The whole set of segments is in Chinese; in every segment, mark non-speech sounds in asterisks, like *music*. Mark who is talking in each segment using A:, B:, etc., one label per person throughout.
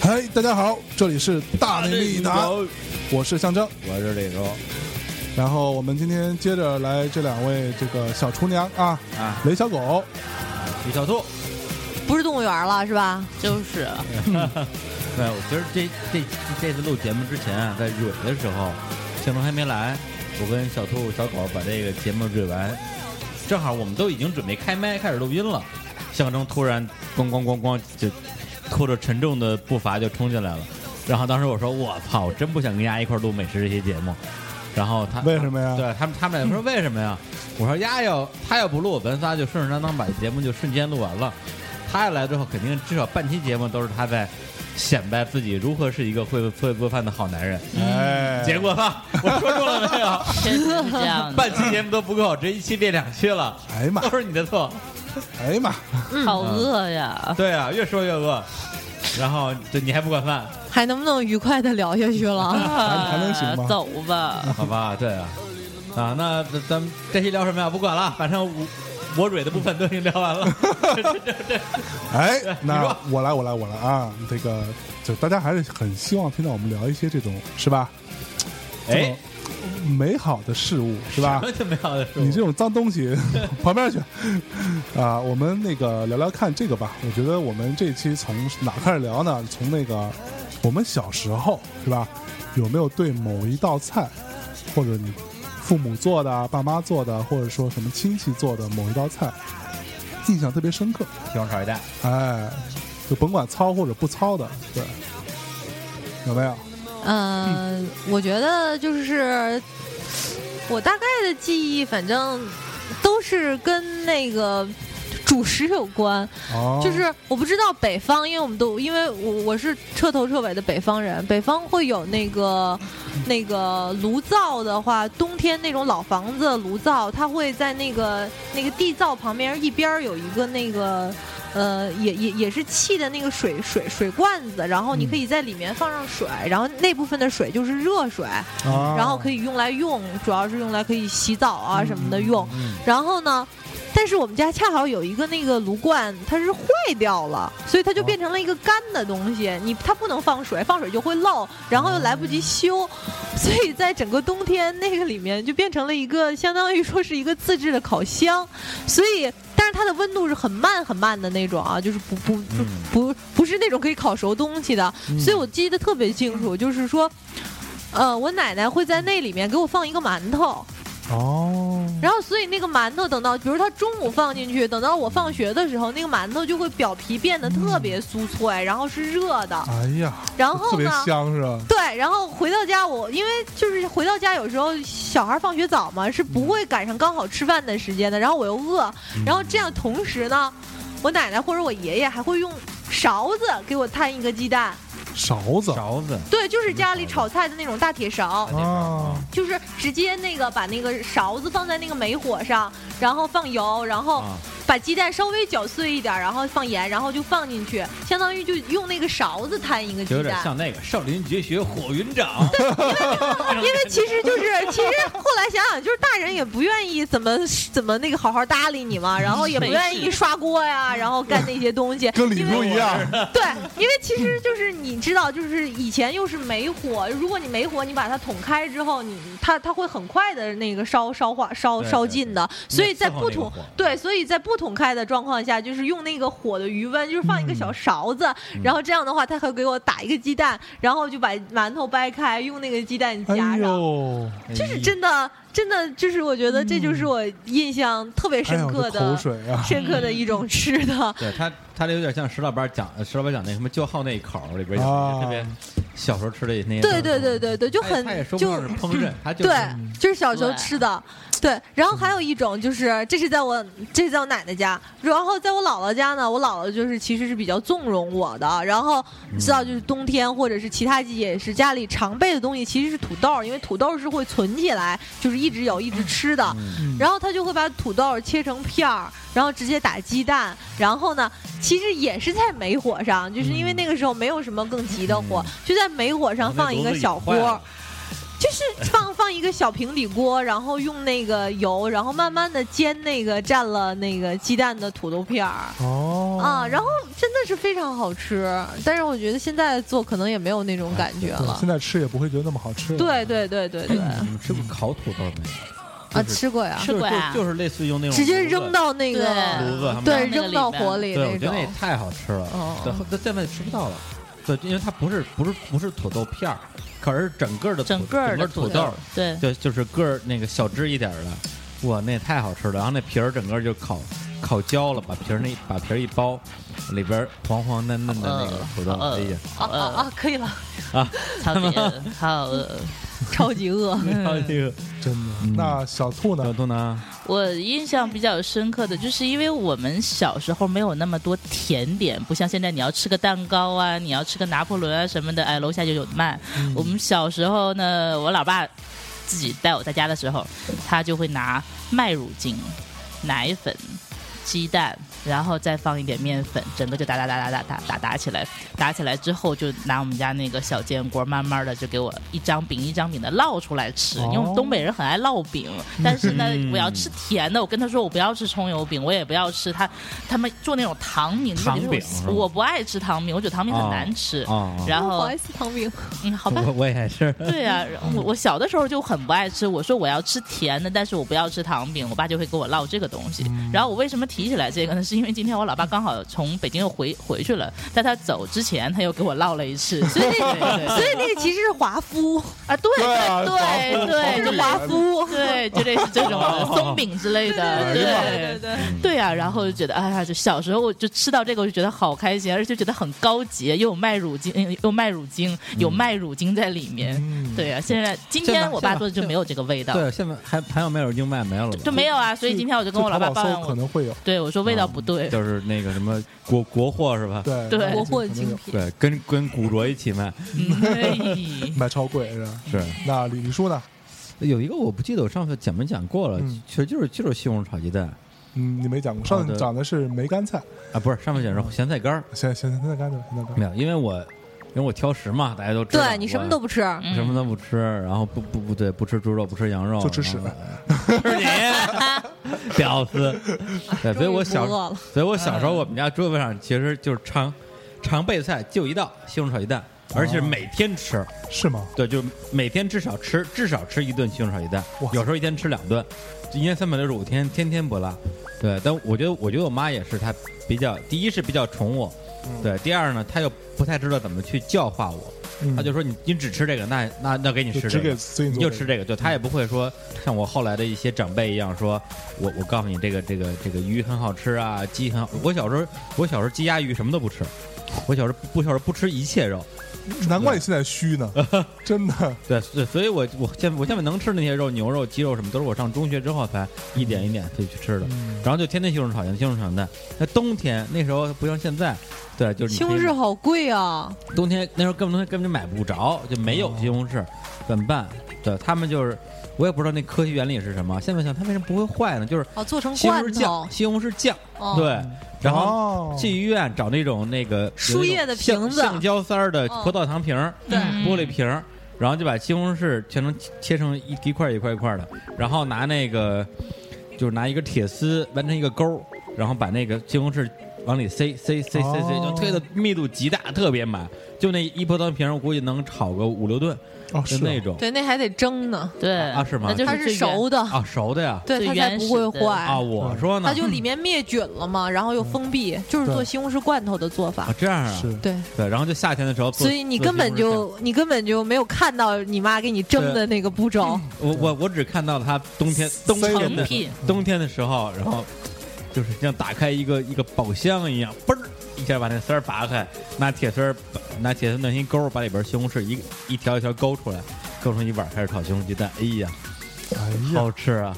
A: 嗨，大家好，这里是大内密谈，
B: 我
A: 我是象征。
B: 是李叔
A: 然后我们今天接着来这两位这个小厨娘啊，
B: 啊，
A: 雷小狗，
B: 李小兔。
C: 不是动物园了是吧？
D: 就是了
B: 对，我觉得这这这次录节目之前啊，在蕊的时候，向东还没来，我跟小兔、小狗把这个节目蕊完，正好我们都已经准备开麦开始录音了，象征突然咣咣咣咣就拖着沉重的步伐就冲进来了，然后当时我说我操，我真不想跟丫一块儿录美食这些节目，然后他
A: 为什么呀？
B: 对他们，他们俩说为什么呀？我说丫要他要不录，咱仨就顺顺当当把节目就瞬间录完了。他要来之后，肯定至少半期节目都是他在显摆自己如何是一个会会做饭的好男人。
A: 哎，
B: 嗯结果 *laughs* 呢，我说中了没有？
D: 确实是这
A: *laughs*
D: 样的，
B: 半期节目都不够，这一期变两期了，
A: 哎呀妈，
B: 都是你的错。
A: 哎
B: *laughs*
A: 呀妈，
D: 好饿呀！
B: 对啊，越说越饿。然后对你还不管饭，
C: 还能不能愉快的聊下去了？
A: 还能行吗
D: 啊走吧，
B: *laughs* 好吧？对啊，啊，那咱咱们这期聊什么呀？不管了，反正我我蕊的部分都已经聊完 *laughs* 了。
A: 哎，
B: 你
A: 那
B: 说
A: 我来，我来，我来啊！这个就大家还是很希望听到我们聊一些这种是吧？这
B: 哎
A: 种，美好的事物是吧
B: 什？么就没有的事物？
A: 你这种脏东西，旁边去啊！我们那个聊聊看这个吧。我觉得我们这期从哪开始聊呢？从那个我们小时候是吧？有没有对某一道菜，或者你父母做的啊、爸妈做的，或者说什么亲戚做的某一道菜，印象特别深刻？
B: 西红柿炒鸡蛋，
A: 哎，就甭管糙或者不糙的，对，有没有？
C: 嗯、我觉得就是我大概的记忆，反正都是跟那个主食有关。
A: 哦，
C: 就是我不知道北方，因为我们都因为我我是彻头彻尾的北方人，北方会有那个那个炉灶的话，冬天那种老房子炉灶，它会在那个那个地灶旁边一边儿有一个那个。呃，也也也是气的那个水水水罐子，然后你可以在里面放上水，然后那部分的水就是热水，
A: 啊，
C: 然后可以用来用，主要是用来可以洗澡啊什么的用。
B: 嗯，
C: 然后呢，但是我们家恰好有一个那个炉罐，它是坏掉了，所以它就变成了一个干的东西。你它不能放水，放水就会漏，然后又来不及修， *laughs* 所以在整个冬天那个里面就变成了一个相当于说是一个自制的烤箱，所以。但是它的温度是很慢很慢的那种啊，就是不不不
B: 嗯
C: 不不是那种可以烤熟东西的，所以我记得特别清楚，就是说，呃，我奶奶会在那里面给我放一个馒头，
A: 哦，
C: 然后，所以那个馒头等到，比如他中午放进去，等到我放学的时候，那个馒头就会表皮变得特别酥脆，然后是热的。
A: 哎呀，
C: 然
A: 特
C: 后
A: 别
C: 呢？
A: 香是吧？
C: 对，然后回到家我，因为就是回到家有时候小孩放学早嘛，是不会赶上刚好吃饭的时间
A: 嗯
C: 的。然后我又饿，然后这样同时呢，我奶奶或者我爷爷还会用勺子给我摊一个鸡蛋。
A: 勺子
B: 勺子，
C: 对，就是家里炒菜的那种大铁勺。
A: 啊，
C: 就是直接那个把那个勺子放在那个煤火上，然后放油，然后
B: 啊
C: 把鸡蛋稍微搅碎一点，然后放盐，然后就放进去，相当于就用那个勺子摊一个
B: 就
C: 鸡
B: 有点
C: 蛋。
B: 像那个少林绝学火云掌，
C: 因为
B: *laughs*
C: 其实就是，其实后来想想，就是大人也不愿意怎么怎么那个好好搭理你嘛，然后也不愿意刷锅呀，然后干那些东西。
A: 跟李
C: 因为
A: 叔一样，
C: 对，因为其实就是你知道，就是以前又是煤火，如果你煤火，你把它捅开之后，你它它会很快的那个烧烧化烧
B: 对
C: 烧
B: 对
C: 尽
B: 对
C: 的，所以在
B: 伺候
C: 不
B: 那个
C: 捅
B: 火
C: 对，所以在不捅开的状况下，就是用那个火的余温，就是放一个小勺子，然后这样的话，它会给我打一个鸡蛋，然后就把馒头掰开，用那个鸡蛋
A: 哎
C: 夹上。
A: 呦，
C: 这是真的，真的，就是我觉得这就是我印象特
A: 哎
C: 别
A: 呀
C: 深刻
A: 我
C: 的、
A: 的口水啊，
C: 深刻的一种吃的。
B: 对他，他这有点像石老板讲，石老板讲那什么就好那一口里边有
A: 啊
B: 特别小时候吃的那些东西，
C: 对对对对对，就
B: 他也，
C: 很
B: 他也说不
C: 就
B: 上是烹
C: *laughs*
E: 嗯
B: 饪，他就是嗯
C: 对，就是小时候
D: 对
C: 吃的。对，然后还有一种就是，这是在我这是在我奶奶家，然后在我姥姥家呢，我姥姥就是其实是比较纵容我的，然后
B: 嗯
C: 知道就是冬天或者是其他季节也是家里常备的东西其实是土豆，因为土豆是会存起来，就是一直有一直吃的，
B: 嗯
A: 嗯
C: 然后他就会把土豆切成片儿，
E: 然后直接打鸡蛋，然后呢，其实也是在煤火上，就是因为那个时候没有什么更急的火，就在煤火上放一个小
B: 嗯然
E: 锅
B: 后。
E: 就是放放一个小平底锅，然后用那个油，然后慢慢的煎那个蘸了那个鸡蛋的土豆片儿，
A: 哦
E: 啊，然后真的是非常好吃，但是我觉得现在做可能也没有那种感
F: 嗯
E: 觉
A: 对
E: 了。
A: 现在吃也不会觉得那么好吃了。
E: 对对对对对，
B: 你嗯们吃过烤土豆没？
E: 啊，
B: 就是
E: 嗯吃过呀，
F: 吃过呀
B: 就就是类似于用那种
E: 直接
B: 炉子
E: 扔到那个
B: 炉子他们
E: 对
F: 扔
E: 扔
F: 那个
E: 到
F: 里面
E: 火里
B: 对，我
E: 那
B: 觉得那也
E: 种。
B: 太好吃了。对
E: 哦，，
B: 但现在吃不到了。对，因为它不是不是不是土豆片儿，可是整个的土
F: 整个儿
B: 整
F: 的
B: 个土豆儿，
F: 对，
B: 就就是个儿那个小只一点儿的，哇，那也太好吃了。然后那皮儿整个就烤烤焦了，把皮儿那把皮儿一剥，里边儿黄黄嫩嫩的那个土豆，
F: 好饿
B: 哎呀，
E: 啊
C: 哦
F: 好
E: 啊
F: 饿，
E: 啊！可以了，
F: 呃超级饿，好饿。
E: 超级饿。
F: 呃
B: 然这个
A: 真的。
B: 嗯
A: 那小兔
B: 哎小
A: 呢？
B: 兔呢？
F: 我印象比较深刻的就是，因为我们小时候没有那么多甜点，不像现在你要吃个蛋糕啊，你要吃个拿破仑啊什么的，哎，楼下就有卖。我们小时候呢，我老爸自己带我在家的时候，他就会拿麦乳精、奶粉、鸡蛋，然后再放一点面粉，整个就打打打打打打打打起来，打起来之后就拿我们家那个小煎锅，慢慢的就给我一张饼一张饼的烙出来吃，因为我们东北人很爱烙饼，但是呢，
B: 嗯
F: 我要吃甜的，我跟他说我不要吃葱油饼，我也不要吃他他们做那种糖饼，
B: 糖饼
F: 就是
B: 是吗
F: 我我不爱吃糖饼，我觉得糖饼很难吃，
B: 啊，
F: 然
E: 不
F: 后
E: 好意思，糖饼。
F: 嗯，
B: *laughs*
F: 好吧，
B: 哦我我也
F: *laughs*
B: 是，
F: 对呀、然后我我小的时候就很不爱吃，我说我要吃甜的，但是我不要吃糖饼，我爸就会给我烙这个东西。然后我为什么提起来这个呢？是因为今天我老爸刚好从北京又回回去了，在他走之前他又给我烙了一次，所以
E: 所以那个其实是华夫，
F: *laughs* 啊，对
A: 对啊
F: 对对，
E: 是
F: 就
E: 华夫。
F: 对，就类似这种的松饼之类的，
E: 对对对对，
F: 对呀、然后就觉得，哎呀，就小时候我就吃到这个，我就觉得好开心，而且就觉得很高级，又有麦乳精，嗯又麦乳精，有麦乳精在里面。
A: 嗯
F: 对呀、啊现在今
B: 现在
F: 天我爸
B: 现在
F: 做的就没有这个味道，
B: 对，现在还还有没有静脉没有了吧？
F: 就没有啊。所以今天我就跟我老爸
A: 去
F: 抱
A: 淘
F: 怨
A: 宝搜可
F: 我，
A: 能会有。
F: 对我说味道不对，
B: 嗯就是那个什么国国货是吧？
A: 对
F: 对
E: 国货
A: 可能
E: 精
A: 有
E: 品。
B: 对，跟跟古着一起卖
F: 嗯嘿
A: 买超贵是吧？
B: 是。
A: 那李李叔呢？
B: 有一个我不记得我上次讲没讲过了，
A: 嗯
B: 其实就是就是西红柿炒鸡蛋
A: 嗯，你没讲过，上
B: 好
A: 次
B: 的
A: 讲的是梅干菜，
B: 啊，不是上面讲是咸菜干儿，
A: 行行行，那干脆，那干
B: 没
A: 脆。
B: 有，因为我因为我挑食嘛，大家都知道，嗯
E: 对你什么都不吃，
B: 我什么都不吃，然后不不不对，不吃猪肉，不吃羊肉，
A: 就吃屎
B: 然后，吃你， *laughs* 屌
E: *laughs*
B: 丝，对，所以
E: 终
B: 我
E: 于
B: 小
E: 不饿了，嗯
B: 所以我小时候我们家桌子上其实就是常常备菜就一道西红柿炒鸡蛋，而
A: 哦
B: 且是每天吃，
A: 是吗？
B: 对，就每天至少吃至少吃一顿西红柿炒鸡蛋
A: 哇，
B: 有时候一天吃两顿，一年三百六十五天，天天不落。对，但我觉得，我觉得我妈也是，她比较第一是比较宠我，
A: 嗯
B: 对，第二呢，她又不太知道怎么去教化我，
A: 嗯
B: 她就说你你只吃这个，那那那给你
A: 就
B: 吃
A: 只
B: 这
A: 给
B: 个。
A: 自己
B: 你
A: 做，
B: 就吃这个，对她也不会说像我后来的一些长辈一样说，我我告诉你这个这个这个鱼很好吃啊，鸡很好。我小时候我小时候鸡鸭鱼什么都不吃，我小时候不我小时候不吃一切肉，
A: 难怪你现在虚
B: *laughs*
A: 呢，真的。
B: 对，所以所以我我现我现在能吃那些肉，牛肉、鸡肉什么，都是我上中学之后才一点一点就去吃的。然后就天天西红柿炒鸡蛋，西红柿炒鸡蛋。那冬天那时候不像现在，对，就是你
E: 西红
B: 可以
E: 柿好贵啊！
B: 冬天那时候根本东西根本就买不着，就没有西红柿，怎么办？对他们就是我也不知道那科学原理是什么。现在想它为什么不会坏呢？就是
E: 哦，做成
B: 西红
E: 罐
B: 柿
E: 头
B: 酱，，西红柿酱，
E: 哦，
B: 对，然后。
A: 后
B: 去医院找那种那个
E: 输液的
B: 有那种
E: 瓶子哦
B: 橡橡胶塞儿的葡萄糖瓶儿，
E: 对
F: 嗯
B: 玻璃瓶儿，然后就把西红柿全成切成一一块儿一块儿一块儿的，然后拿那个就是拿一个铁丝完成一个钩儿，然后把那个西红柿往里塞塞塞塞塞，
A: 哦
B: 就推的密度极大，特别满，就那一葡萄瓶儿，我估计能炒个五六顿，
A: 哦
B: 就是那
A: 啊
B: 种
E: 对，那还得蒸呢，
F: 对
B: 啊是吗
F: 那就
E: 它
F: 是
E: 是熟
F: 的，
E: 的，
B: 啊熟的呀
E: 对，
F: 最
E: 它才
F: 原
E: 不
F: 始
E: 会
F: 的
E: 坏
B: 啊，我说呢
E: 哎嗯它就里面灭菌了嘛，然后又封闭，就是
A: 对
E: 做西红柿罐头的做法
B: 嗯啊。这样啊
A: 是
E: 对，
B: 对，然后就夏天的时候做，
E: 所以你
B: 做
E: 根
B: 西
E: 本
B: 红柿酱
E: 就你根本就没有看到你妈给你蒸的那个步骤，
B: 我我我只看到他冬天冬天的
F: 成品
A: 嗯
B: 冬天的时候，然后就是像打开一个一个宝箱一样，嘣儿一下把那丝儿拔开，拿铁丝儿把拿铁丝弄一钩儿，把里边西红柿一一条一条勾出来，勾成一碗开始炒西红柿鸡蛋。哎呀，
A: 哎呀，
B: 好吃
A: *laughs*
B: 啊！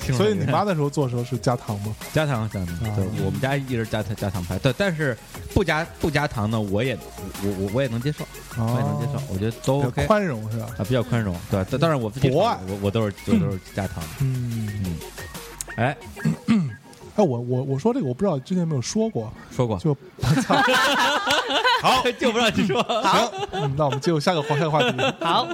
B: 西红柿
A: 所以你
B: 鸡蛋
A: 妈那时候做的时候是加糖吗？
B: 加糖加糖，对
A: 啊，
B: 我们家一直加糖加糖派，对，但是不加不加糖呢，我也我我我也能接受，我也能接受
A: 哦，，
B: 我觉得都
A: 比较
B: OK
A: 宽容是吧？
B: 啊，比较宽容，对，但当然我自己
A: 博爱
B: 嗯我我都是我都是加糖的。
A: 嗯，
B: 哎，
A: 哎，我我我说这个我不知道之前有没有说过，
B: 说过， *laughs*
A: 就
B: 好， *laughs* 就不让你说。
A: 行，嗯那我们进入下个话下个
B: *laughs*
A: 话题，
F: 好，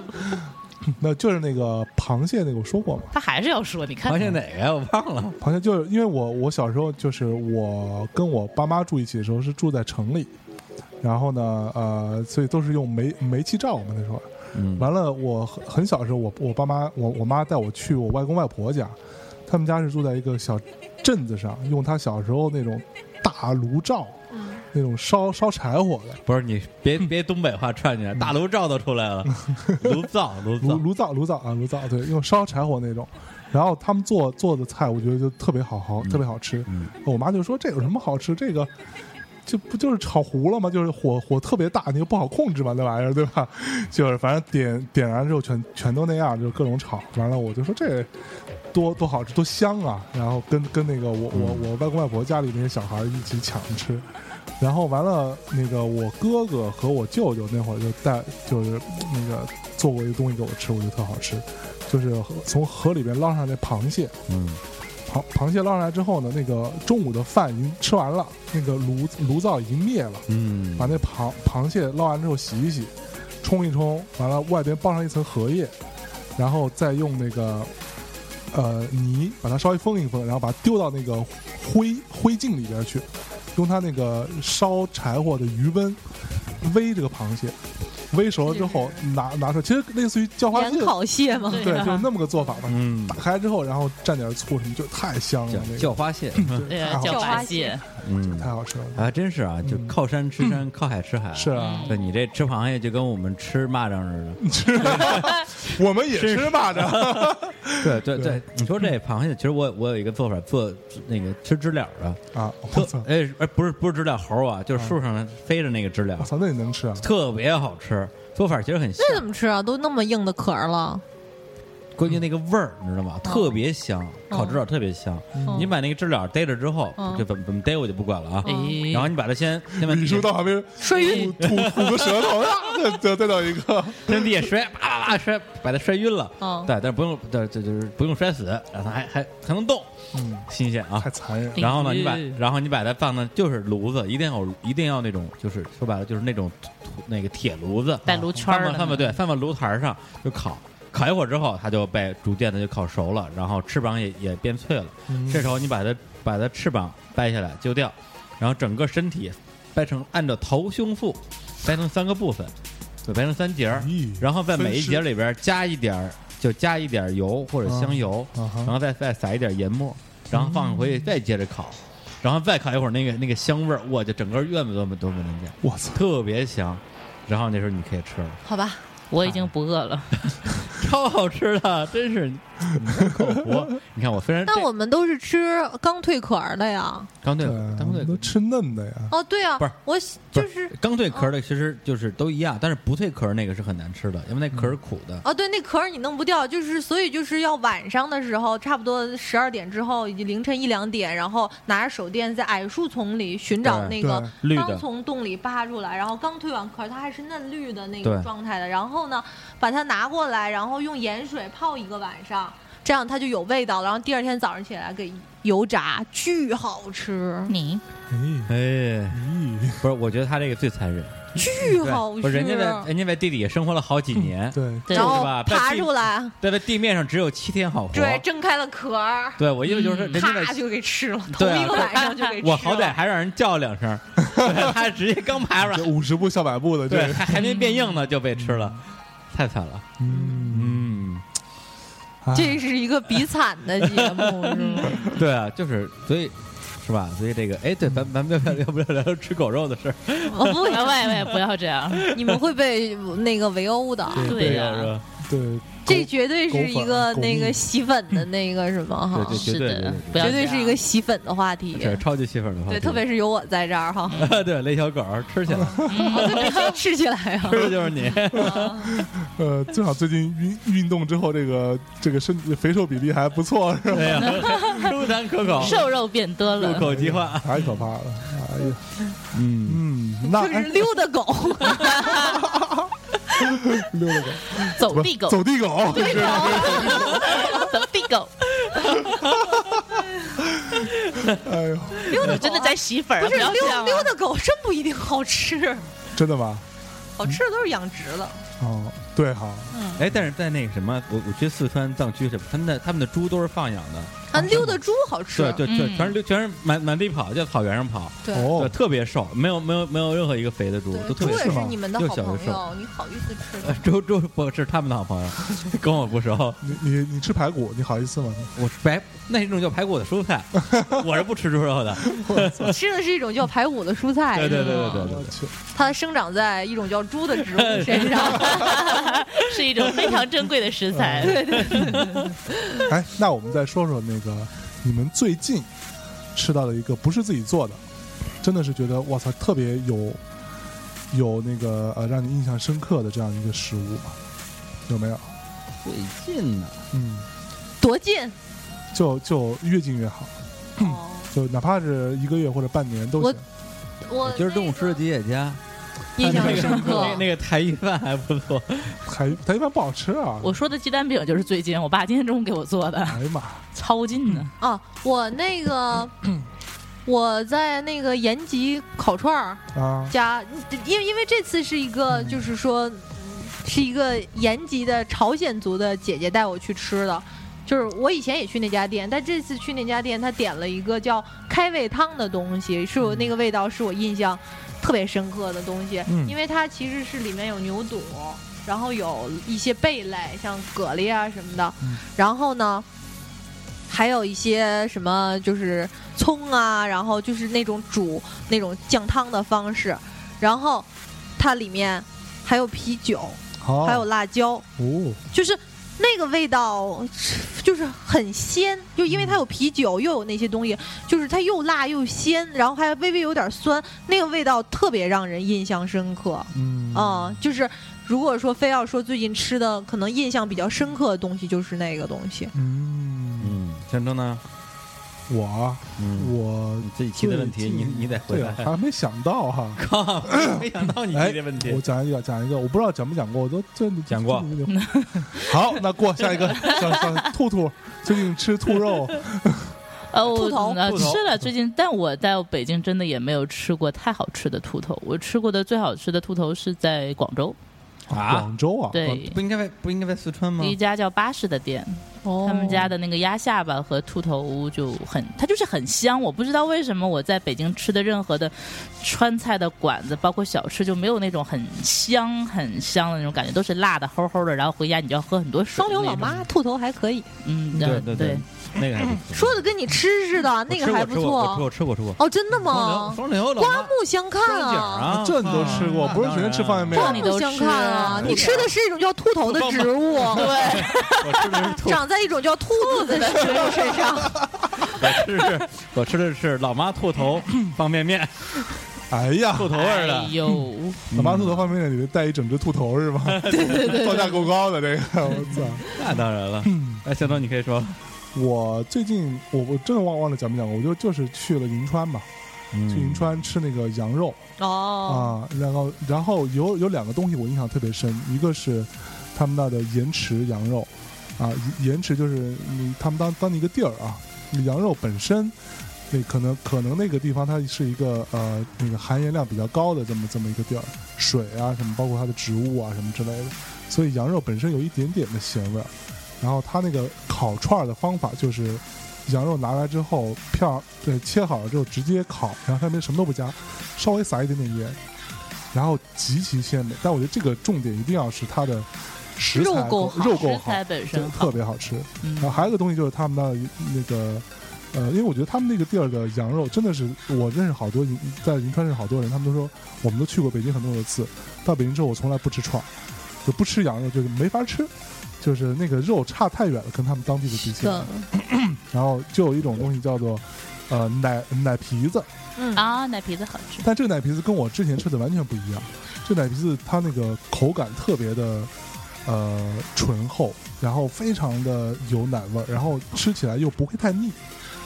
A: 那就是那个螃蟹那个我说过嘛，
F: 他还是要说，你看
B: 螃蟹哪个呀？我忘了。
A: 螃蟹就是因为我我小时候就是我跟我爸妈住一起的时候是住在城里，然后呢呃，所以都是用煤煤气灶嘛那时候。
B: 嗯
A: 完了，我很很小的时候，我我爸妈我我妈带我去我外公外婆家，他们家是住在一个小镇子上，用他小时候那种大炉灶，那种烧烧柴火的
B: 不是你别别东北话串起来，大炉灶都出来
A: *laughs*
B: 了，炉灶炉
A: 嗯炉
B: 灶，
A: 炉灶炉灶啊炉灶，对，用烧柴火那种。然后他们做做的菜，我觉得就特别好好，特别好吃。
B: 嗯
A: 我妈就说这有什么好吃？这个这不就是炒糊了吗？就是火火特别大，你又不好控制嘛，那玩意儿对吧？ *laughs* 就是反正点点燃之后全全都那样，就各种炒。完了我就说这多多好吃，多香啊！然后跟跟那个我我我外公外婆家里那些小孩一起抢着吃。然后完了，那个我哥哥和我舅舅那会儿就带，就是那个做过一个东西给我吃，我觉得特好吃，就是河从河里边捞上那螃蟹，
B: 嗯，
A: 螃螃蟹捞上来之后呢，那个中午的饭已经吃完了，那个炉炉灶已经灭了，
B: 嗯
A: 把那螃螃蟹捞完之后洗一洗，冲一冲，完了外边包上一层荷叶，然后再用那个呃泥把它稍微封一封，然后把它丢到那个灰灰烬里边去，用它那个烧柴火的余温煨这个螃蟹，煨熟了之后拿拿出来，其实类似于叫花蟹
C: 盐，烤啊蟹吗？
A: 对，就是那么个做法吧。
B: 嗯
A: 打，开之后，然后蘸点醋什么，就太香了，那
B: 叫
A: 个嗯
B: 叫花蟹，
F: 对
A: 对太
F: 啊，
A: 好
F: 叫
A: 吃
F: 花
C: 花
F: 蟹
C: 蟹，
B: 嗯
A: 太好吃了。
B: 啊，真是啊，就
A: 嗯
B: 靠山吃山，靠海吃海。
A: 是
F: 嗯
A: 啊，
B: 对你这吃螃蟹就跟我们吃蚂蚱似
A: 我们也吃蚂蚱，
B: 的。对对对，你说这螃蟹，其实我我有一个做法，做那个吃知了的，
A: 啊！我
B: 特
A: 操，
B: 哎哎不是不是知了猴啊，就是树
A: 嗯
B: 上飞着那个知了
A: 我，操，那你能吃啊？
B: 特别好吃。做法其实很像，
C: 那怎么吃啊？都那么硬的壳儿了，
B: 关键那个味儿你知道
C: 哦
B: 吗？特别香，烤知了特别香。
C: 嗯
B: 你把那个知了逮着之后，
C: 嗯
B: 就怎么怎么逮我就不管了
C: 哦
B: 啊。
F: 哎
B: 然后你把它先先把
A: 李叔到旁边
C: 摔
A: 吐
C: 晕
A: 吐吐个舌头，啊再再再到一个，
B: 扔地下摔，叭叭叭摔，把它摔晕了。
C: 嗯
B: 对，但是不用，对，这就是不用摔死，然后它还还还能动，
A: 嗯，
B: 新鲜啊
A: 太。残忍了。
B: 然后呢，
F: 哎
B: 你把
F: 呦
B: 然后你把它放到就是炉子，一定要一定要那种，就是说白了就是那种土土那个铁炉子，
F: 带炉圈
B: 放
F: 儿
B: 到
F: 的
B: 放到对，放到炉台上就烤。烤一会儿之后，它就被逐渐的就烤熟了，然后翅膀也也变脆了。
A: 嗯
B: 这时候你把它把它翅膀掰下来揪掉，然后整个身体掰成按照头、胸、腹掰成三个部分，对，掰成三节儿，
A: 咦
B: 然后在每一
A: 分尸
B: 节里边儿加一点儿，就加一点儿油或者香油，
A: 啊
B: 然
A: 哈，嗯
B: 后再再撒一点盐末，然后放回去再接着烤，然后再烤一会儿，那个那个香味儿，哇，就整个院子都闻都闻得见，
A: 我操，
B: 特别香。然后那时候你可以吃了，
C: 好吧？
F: 我已经不饿了。
B: 超好吃的，真是你真口服。你看我虽然
C: 但我们都是吃刚蜕壳儿的呀。
B: 刚对
A: 对，啊
B: 刚对
A: 都吃嫩的呀。
C: 哦，对啊，
B: 不是
C: 我喜就是
B: 刚蜕壳的其实就是都一样，但是不蜕壳那个是很难吃的，因为那壳是苦的。
C: 哦，对，那壳儿你弄不掉，就是所以就是要晚上的时候，差不多十二点之后，以及凌晨一两点，然后拿着手电在矮树丛里寻找
B: 对
C: 那个
A: 对
B: 绿
C: 刚
B: 的
C: 从洞里扒出来，然后刚蜕完壳儿，它还是嫩绿的那
B: 对
C: 个状态的，然后呢，把它拿过来，然后用盐水泡一个晚上，这样它就有味道了，然后第二天早上起来给油炸，巨好吃，
B: 嗯
F: 你
A: 咦
B: 哎，
A: 咦，
B: *laughs* 不是，我觉得他这个最残忍。
C: 巨
B: 对
C: 好啊
B: 不
C: 吃，
B: 是人家在人家在地底下生活了好几年， *laughs*
A: 对，
F: 对
B: 是
C: 然后
B: 吧在
C: 爬
B: 地
C: 出来，
B: 对吧？地面上只有七天好活。
C: 对，睁开了壳儿。
B: 对我意思就是说人家
C: 啪
B: 在。
C: 就给吃了，头
B: 对啊
C: 一个晚上就给吃了。
B: 我好歹还让人叫两声， *laughs* 对他直接刚爬出
A: 这
B: 来，
A: 五十步笑百步的，这
B: *laughs* 对，
A: 个，
B: 还还没变硬呢就被吃了，太惨了。
A: 嗯，
B: 嗯，
A: 哎
C: *laughs* 这是一个比惨的节目， *laughs* 是吗？
B: 对啊，就是所以是吧？所以这个哎，对，咱咱们要不要要不要聊聊吃狗肉的事儿？
C: 我
F: 喂
C: 不，
F: 啊喂，不要这样，
C: 你们会被那个围殴的。
F: 对呀、
B: 是吧
A: 对，
C: 这绝对是一个
A: 狗粉
C: 那个洗粉的那个什么哈
B: 啊对，
F: 是
B: 绝对绝对
F: 的
B: 绝对，
F: 不要
C: 绝
F: 这
C: 对啊
F: 样
C: 是一个洗粉的话题。
B: 这是超级气愤的话题，
C: 对，特别是有我在这儿 *laughs* 哈，
B: *laughs* 对雷小狗儿吃起来，
C: *laughs* 吃起来啊
B: 吃，的就是
C: *laughs*
B: 你。
A: 呃，正好最近运运动之后，这个这个身肥瘦比例还不
C: *laughs*
A: 错，是吧？
B: 对呀，舒坦可口，
F: 瘦肉变多
B: 入
F: 了。
B: 口即化。
A: 太可怕了，哎呀，
B: 嗯，
A: 嗯，那
C: *laughs* 就是溜
B: *laughs*
C: 达狗，
A: 哎溜达狗，
F: 走地狗，
A: 走地狗，是
B: 啊
F: *laughs* 走地狗，
A: 哎
C: 溜达
F: 你真的
C: 狗啊
F: 在洗粉儿，
C: 不是
F: 要这
C: 溜
F: 样
C: 溜
F: 啊。
C: 达狗真不一定好吃，
A: 真的吗？
C: 好吃的都是养殖的。
B: 嗯
A: 哦，对哈，
C: 嗯
B: 哎，但是在那个什么，我我去四川藏区什么，他们的他们的猪都是放养的，
C: 啊，溜达猪好吃。
B: 对对对，
F: 嗯
B: 全是全是满满地跑，就草原上跑，
C: 对
B: 对，
A: 哦，
B: 特别瘦，没有没有没有任何一个肥的猪，
C: 对
B: 都特
C: 猪
B: 别
C: 也
B: 瘦 *laughs*
C: 是。你们的
B: 又
C: 好
B: 小又
C: 朋
B: 瘦
C: 友，你好意思吃
B: 呃
C: 的？
B: 周周不是他们的好朋友， *laughs* 跟我不
C: *laughs*
B: 熟。
A: 你你你吃排骨，你好意思吗？
B: 我是白那一种叫排骨的蔬菜，
C: *laughs*
B: 我是不吃猪肉的。
C: 吃的是一种叫排骨的蔬菜，
B: 对对
C: 是
B: 对
C: 吗
B: 对对对
A: 我去，
C: 它生长在一种叫猪的植物身上。
B: *laughs*
C: *laughs*
F: 是一种非常珍贵的食材。
B: 嗯
A: 哎，那我们再说说那个你们最近吃到的一个不是自己做的，真的是觉得我操，特别有有那个呃让你印象深刻的这样一个食物，有没有？
B: 最近呢，
A: 嗯，
C: 多近？
A: 就就越近越好，
B: 嗯
C: 哦，
A: 就哪怕是一个月或者半年都
C: 我
A: 行。
C: 我
B: 今儿中午吃的
C: 那个
B: 吉野家，
C: 印象深
B: *laughs* 那个
C: 刻
B: 那。那个台一饭还不错。
A: 还它一般不好吃啊！
F: 我说的鸡蛋饼就是最近，我爸今天中午给我做的，
A: 哎呀妈，
F: 超近
B: 嗯
F: 的。
C: 啊，我那个我在那个延吉烤串儿
A: 啊，
C: 家，因为因为这次是一个
A: 嗯
C: 就是说是一个延吉的朝鲜族的姐姐带我去吃的。就是我以前也去那家店，但这次去那家店，她点了一个叫开胃汤的东西，是我那个味道是我印象特别深刻的东西，
A: 嗯
C: 因为它其实是里面有牛肚，然后有一些贝类，像蛤蜊啊什么的，
A: 嗯
C: 然后呢，还有一些什么就是葱啊，然后就是那种煮那种酱汤的方式，然后它里面还有啤酒，
A: 好，
C: 还有辣椒，
A: 哦，
C: 就是那个味道，就是很鲜，就因为它有啤酒，又有那些东西，就是它又辣又鲜，然后还微微有点酸，那个味道特别让人印象深刻。
A: 嗯
C: 啊、就是如果说非要说最近吃的，可能印象比较深刻的东西就是那个东西。
A: 嗯，
B: 嗯，象征呢？
A: 我啊
B: 嗯，
A: 我
B: 你自己提的问题，
A: 最
B: 你
A: 近
B: 你得回
A: 对啊，
B: 答。
A: 还没想到哈。
B: 靠， *laughs* 没想到你
A: 哎
B: 提这问
A: 我
B: 题。
A: 讲一个，讲一个，我不知道讲没讲过，我都这
B: 讲过。
A: 这这好，那过下一个，上上兔兔，最近吃兔肉，
F: 呃，
C: 兔
F: 我
C: 头
F: 呃
B: 兔头
F: 吃了最近，但我在北京真的也没有吃过太好吃的兔头。我吃过的最好吃的兔头是在广州，
B: 啊
A: 广州啊，
F: 对，
B: 不应该在不应该在四川吗
F: 有？一家叫巴士的店，
C: 哦
F: 他们家的那个鸭下巴和兔头就很，它就是很香。我不知道为什么我在北京吃的任何的川菜的馆子，包括小吃，就没有那种很香很香的那种感觉，都是辣的齁齁的，然后回家你就要喝很多水。
C: 双
A: *laughs*
C: 流老，妈兔头还可以，
F: 嗯，
B: 对
F: 对
B: 对，那个还不错
C: 说的跟你吃似的，那个还不错。
B: 我吃过吃过我吃过吃过。
C: 哦，真的吗
B: 双？流双流老
C: 刮
B: 妈
C: 目相看
B: 双井啊，
A: 这你都吃过
B: 啊
A: 不是随便吃方便面
C: 刮
A: 啊
F: 你
C: 目
F: 都
C: 相
F: 吃
C: 看
F: 啊
C: 啊！你吃的是一种叫兔头的
B: 兔头
C: 植
B: *laughs*
C: 物，对，
B: 我吃的
C: *laughs*
B: 是兔，
C: 长在一种叫兔子的植物身上。
E: *laughs*
B: 我吃的是我吃的是老妈兔头方便
C: *laughs*
B: 面，
A: 哎呀，
B: 兔头味儿
F: 哎
B: 的。
F: 呦，
A: 老妈兔头方便面里面带一整只兔头是吗？对对对，造价够高的这个，我操！
B: 那当然了。
A: 嗯
B: 哎，小东，你可以说，
A: 我最近我我真的忘忘了讲没讲过，我就就是去了银川嘛，去银川吃那个羊肉，
C: 哦，
A: 啊，然后然后有有两个东西我印象特别深，一个是他们那儿的盐池羊肉，啊，盐盐池就是你他们当当地一个地儿啊，羊肉本身。那可能可能那个地方它是一个呃那个含盐量比较高的这么这么一个地儿，水啊什么，包括它的植物啊什么之类的，所以羊肉本身有一点点的咸味儿。然后它那个烤串儿的方法就是，羊肉拿来之后片儿对切好了之后直接烤，然后上面什么都不加，稍微撒一点点盐，然后极其鲜美。但我觉得这个重点一定要是它的食材
C: 肉够好
A: 肉够
F: 食
A: 好，
F: 材本
A: 真的
F: 身
A: 特别好吃。
F: 嗯
A: 然后还有一个东西就是他们那儿那个，呃，因为我觉得他们那个地儿的羊肉真的是，我认识好多银在银川认识好多人，他们都说我们都去过北京很多次，到北京之后我从来不吃串儿，就不吃羊肉，就是没法吃，就是那个肉差太远了，跟他们当地的比起来
C: 的。，
A: 然后就有一种东西叫做。呃，奶奶皮子，
C: 嗯，
F: 啊，奶皮子好吃。
A: 但这个奶皮子跟我之前吃的完全不一样。这奶皮子它那个口感特别的，呃，醇厚，然后非常的有奶味儿，然后吃起来又不会太腻，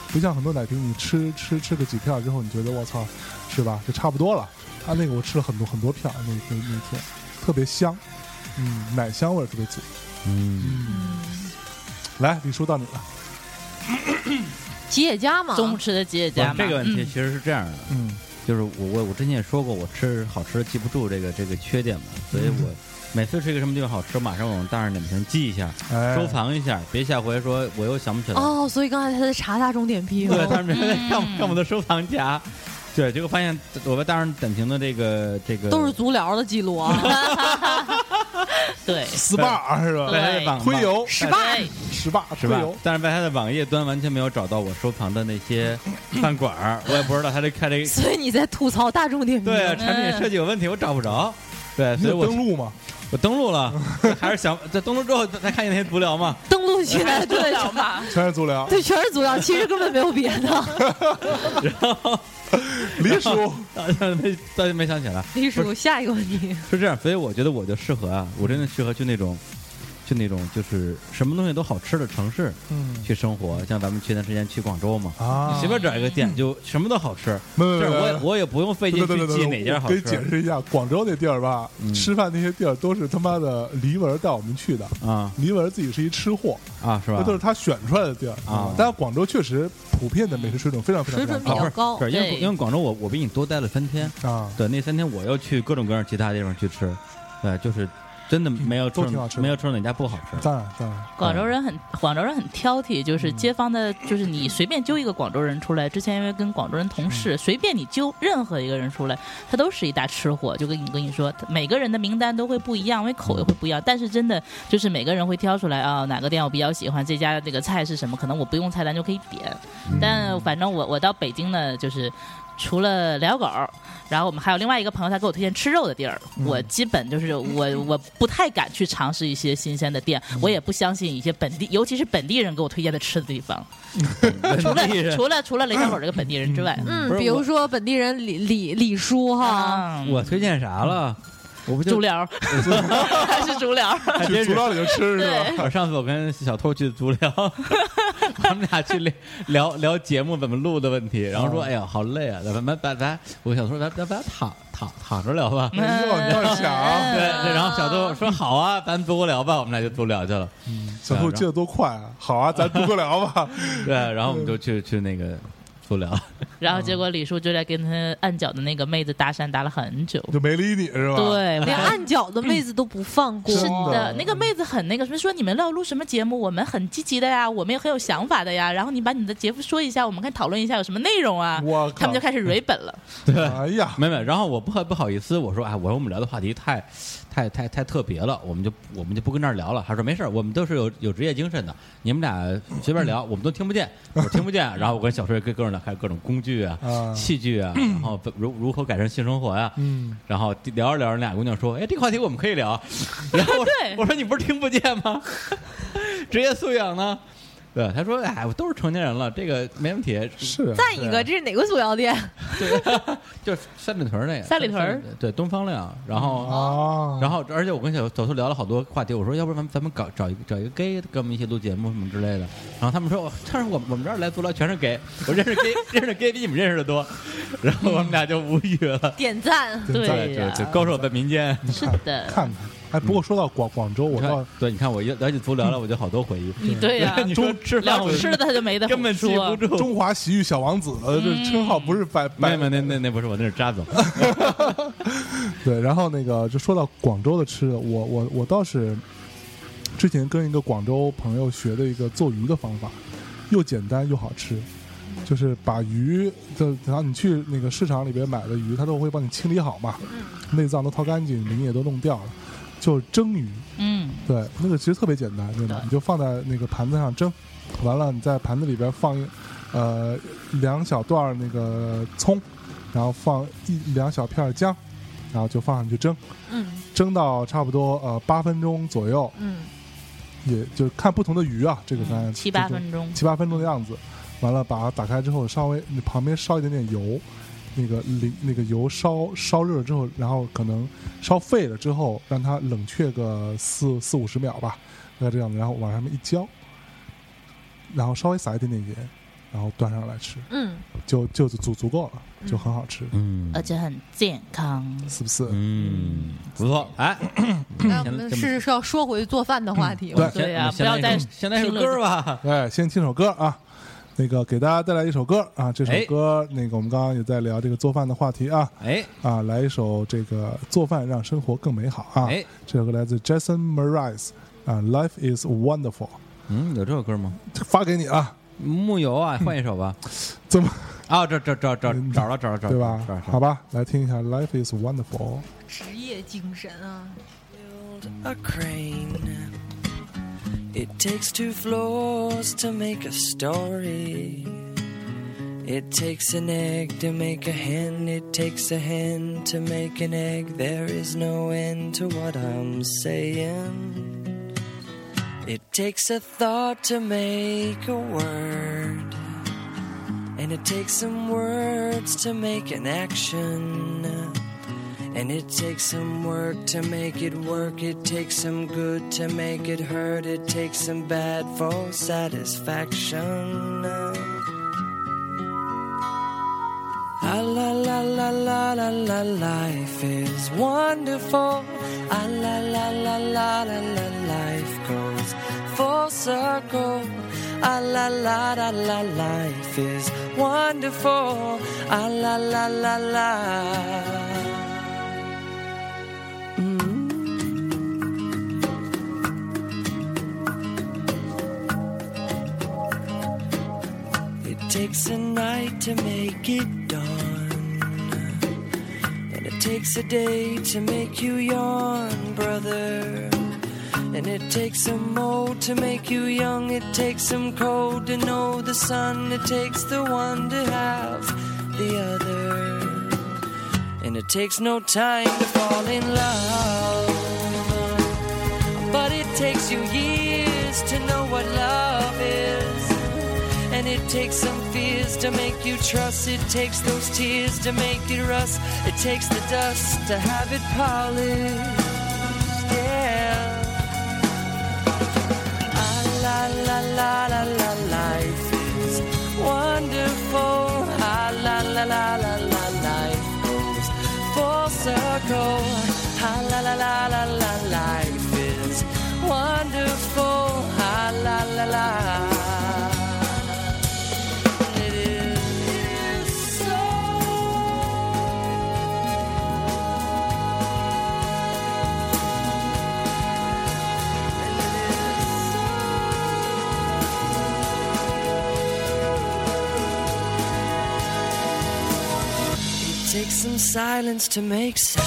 A: 不像很多奶瓶你吃吃吃个几片儿之后，你觉得我操，是吧？就差不多了。它那个我吃了很多很多片儿，那那那天特别香，嗯，奶香味儿特别足。
B: 嗯，
A: 嗯，来，李叔到你了。
E: 吉野家嘛，
F: 中午吃的吉野家嘛。
B: 这个问题
F: 嗯
B: 其实是这样的，
A: 嗯
B: 就是我我我之前也说过，我吃好吃的记不住这个这个缺点嘛，所以
A: 嗯
B: 我每次吃一个什么地方好吃，马上我用大众点评记一下，
A: 哎，
B: 收藏一下，别下回说我又想不起来。
E: 哦，所以刚才他在查大众点评，
B: 对，他们 *laughs*
F: 嗯
B: 看我看我们的收藏夹，对，结果发现我们大众点评的这个这
E: *laughs*
B: 个
E: 都是足疗的记录啊。
F: 对，
A: SPA 是吧？
B: 在它的网
A: 推油
F: 失
E: 败，
A: ，SPA
B: 是
A: 推
B: 吧
A: 油？，
B: 但是在它的网页端完全没有找到我收藏的那些饭馆儿，我也不知道它这开这
E: *laughs*
B: 个
E: 所以你在吐槽大众点评，
B: 对啊产品设计有问题，我找不着。对，
A: 你
B: 所以
A: 有
B: 我
A: 登录吗？
B: 我登录了，还是想在登录之后再看见那些足疗嘛。
E: 登录起
B: *laughs*
E: 来，对，
F: 好吧，
A: 全是足疗，
E: 对，全是足疗，其实根本没有别 *laughs* 的。
A: 黎叔，
B: 没，倒是没想起来，
E: 李叔，下一个问题，
B: 是这样，所以我觉得我就适合啊，我真的适合去那种，去那种就是什么东西都好吃的城市
A: 嗯
B: 去生活。像咱们去段时间去广州嘛，
A: 啊，
B: 随便找一个店就什么都好吃，
A: 没
B: 这
A: 有，
B: 样
A: 没有没
B: 我也
A: 有
B: 我也不用费
A: 对
B: 劲
A: 对
B: 去
A: 对对
B: 记
A: 对，
B: 哪家好
A: 我给你解
B: 吃
A: 释一下，广州那地儿吧，
B: 嗯
A: 吃饭那些地儿都是他妈的黎文带我们去的。
B: 啊
A: 黎文自己是一吃货，
B: 啊，是吧
A: 那都？是他选出来的地儿嗯
B: 啊
A: 但是广州确实普遍的美食水准非常非常
E: 水准
A: 非
E: 比
A: 常
B: 啊，不
E: 较
B: 是
E: 高
B: 不。是因为
F: 对
B: 因为广州我我比你多待了三天，
A: 高啊。
B: 对，那三天我又去各种各样其他地方去吃，对，就是真的没有吃
A: 都挺好吃的
B: 没有吃到哪家不好吃。
A: 当然当然，
F: 广州人很广州人很挑剔，就是街坊的，就是你随便揪一个广州人出来，之前因为跟广州人同事，随便你揪任何一个人出来，他都是一大吃货。就跟你跟你说，每个人的名单都会不一样，因为口味会不一样，但是真的就是每个人会挑出来啊、哪个店我比较喜欢，这家的这个菜是什么，可能我不用菜单就可以点。但反正我我到北京呢，就是除了聊狗，然后我们还有另外一个朋友，他给我推荐吃肉的地儿。
B: 嗯
F: 我基本就是我我不太敢去尝试一些新鲜的店，
B: 嗯
F: 我也不相信一些本地，尤其是本地人给我推荐的吃的地方。除了
B: *laughs* 本地人
F: 除了除了雷小狗这个本地人之外，
E: 嗯 *laughs*
B: 不，是
E: 比如说本地人李李李叔哈，
F: 啊，
B: 我推荐啥了？
A: 嗯
B: *laughs* 我不就
F: 足疗 *laughs* 还是足疗，
B: 还
A: 去
B: 真
A: 足
B: 是。
A: 疗里头吃是吧？
B: 我上次我跟小偷去足疗， *laughs* 他们俩去聊聊聊节目怎么录的问题，然后说：“
A: 哦
B: 哎呀，好累啊，咱们咱咱，我想说咱咱咱躺躺躺着聊吧。
A: 你要哎你要
F: *laughs*
A: 想，
B: 对，
F: 哎
B: 对然后小偷说：“好啊，咱足疗吧。”我们俩就足疗去了。
A: 小兔记得多快啊！好啊，咱不过聊吧。
B: 对，然后我们就去去那个足疗。
F: 然后结果李叔就在跟他按脚的那个妹子搭讪搭了很久。
A: 就没理你是吧？，
F: 对，我
E: 连
F: 还
B: *laughs*
E: 按脚的妹子都不放过。 *laughs*
A: 是
F: 的，那个妹子很那个什么，说你们要录什么节目，我们很积极的呀，我们也很有想法的呀。然后你把你的节目说一下，我们看讨论一下有什么内容啊。
A: 我靠
F: 他们就开
B: 嗯
F: 始蕊本了，
A: 对，哎呀，
B: 没有没有，然后我不好不好意思，我说哎，我说我们聊的话题太，太太太特别了，我们就我们就不跟这儿聊了。他说没事儿，我们都是有有职业精神的，你们俩随便聊，我们都听不见，我听不见。然后我跟小帅跟各种聊，还有各种工具啊、 *laughs*
A: 啊
B: 器具啊，
F: 嗯
B: 然后如如何改善性生活呀、
A: 嗯，
B: 然后聊着聊着，那俩姑娘说：“哎，这个话题我们可以
F: *laughs*
B: 聊。” *laughs* 然后我说
F: 对
B: 我说：“你不是听不见吗？ *laughs* 职业素养呢？”对，他说：“哎，我都是成年人了，这个没问题。
A: 是啊
E: 赞一个，这是哪个足疗店？
B: *laughs* 就是三里屯儿那个
F: 三里屯儿哦
B: 对东方亮，然后
A: 啊，
B: 然后，而且我跟小小兔聊了好多话题，我说要不然咱们咱们搞找一个找一个 gay 跟我们一起录节目什么之类的。然后他们说，哦但是我们我们这儿来足疗全是 gay，我认识 gay 认识 gay 比你们认识的多。然后我们俩就无语了。
E: 点赞。
A: 对
F: *laughs* 对呀
B: 就高手在民间。
F: 是的，
A: 看看。哎，不过说到广广州， *laughs* 我
B: 嗯你
A: 倒
B: 看，哦对，你看我一了解足疗了，我就好多回忆。
F: 你 *laughs* 对呀、
B: *laughs* 你说
A: 中
B: 吃饭
F: 聊
B: 我
F: 吃的他就没得
B: *laughs* 根本记
F: 说
B: 不，住。
A: 中华洗浴小王子呃
F: 嗯
A: 这称号不是白
B: 没
A: 白
B: 有没有，那那那不是我，那是扎
F: *laughs*
B: 总。
A: 对，然后那个就说到广州的吃的，我我我倒是之前跟一个广州朋友学的一个做鱼的方法，又简单又好吃，
F: 嗯
A: 就是把鱼，就然后你去那个市场里边买的鱼，它都会帮你清理好嘛，
F: 嗯
A: 内脏都掏干净，鳞也都弄掉了，就蒸鱼。
F: 嗯，
A: 对，那个其实特别简单，对吧？
F: 对
A: 你就放在那个盘子上蒸，完了你在盘子里边放一呃两小段儿那个葱，然后放一两小片儿姜，然后就放上去蒸，
E: 嗯
A: 蒸到差不多呃八分钟左右，
E: 嗯，
A: 也就是看不同的鱼啊，这个咱、
F: 嗯七八分钟，
A: 七八分钟的样子，完了把它打开之后，稍微你旁边烧一点点油，那个淋那个油烧烧热了之后，然后可能烧沸了之后，让它冷却个四四五十秒吧，大概这样子，然后往上面一浇，然后稍微撒一点点盐，然后端上来吃，
E: 嗯，
A: 就就足足够了，就很好吃，
B: 嗯
F: 而且很健康。
A: 是不是？
B: 嗯，不错。哎，
E: 那我们是是要说回做饭的话题
B: 嗯
A: 对
E: 了。
F: 对呀
B: 呀，
F: 不要再
B: 现在是
F: 听了
B: 歌儿吧。
A: 哎，先听首歌啊。那个给大家带来一首歌啊，这首
B: 哎
A: 歌、那个我们刚刚也在聊这个做饭的话题啊
B: *laughs* 哎
A: 啊，来一首这个做饭让生活更美好啊。
B: 哎，
A: 这首歌来自 Jason Mraz 啊，Life is Wonderful，
B: 嗯，有这首歌吗？
A: 发给你啊，
B: 木有
F: 嗯
B: 啊，换一首吧。
A: 怎么
B: 啊，这这这这找了找了找了，
A: 嗯对吧
B: 找了？找
A: 好
B: 了。
A: 吧，来听一下 Life is Wonderful。
E: 职业精神啊！
G: a crane. It takes two floors to make a story. It takes an egg to make a hen. It takes a hen to make an egg. There is no end to what I'm saying. It takes a thought to make a word. And it takes some words to make an action. And it takes some work to make it work. It takes some good to make it hurt. It takes some bad for satisfaction. Ah, la la la la la la, life is wonderful. Ah, la la la la la la, life goes full circle. Ah, la la la la, life is wonderful. Ah, la la la la. It takes a night to make it dawn. And it takes a day to make you yawn, brother. And it takes a mold to make you young. It takes some cold to know the sun. It takes the one to have the other. And it takes no time to fall in love. But it takes you years to know what love is. And it takes some fears to make you trust. It takes those tears to make it rust. It takes the dust to have it polished. Yeah. Ah, la la la la la, life is wonderful. Ah, la la la la la, life goes full circle. Ah, la la la la la, life is wonderful. Ah, la la la. It is so. It takes some silence to make sound.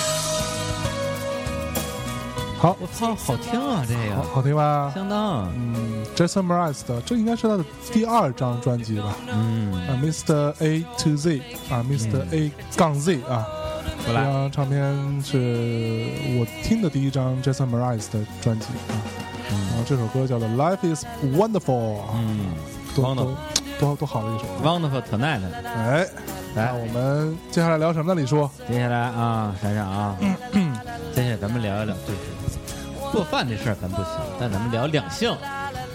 A: 好，
B: 我操，好听啊，这
A: 好
B: 个
A: 好听吧？
B: 相当。
A: 嗯，Jason Mraz 的，这应该是他的第二张专辑吧？
B: 嗯，
A: 啊，Mr. A to Z 啊，Mr. A 杠 Z 啊，
B: 不
A: 这
B: 赖。
A: 张唱片是我听的第一张 Jason Mraz 的专辑啊，然后这首歌叫做《Life Is Wonderful》，
B: 嗯
A: 多
B: Wonderful
A: 多多多好的一首歌。
B: ，Wonderful Tonight。
A: 哎，那
B: 来，
A: 我们接下来聊什么呢？李叔，
B: 接下来啊，闪闪啊，
A: 嗯
B: 接下来咱们聊一聊，就是做饭这事儿咱不行，但咱们聊两性，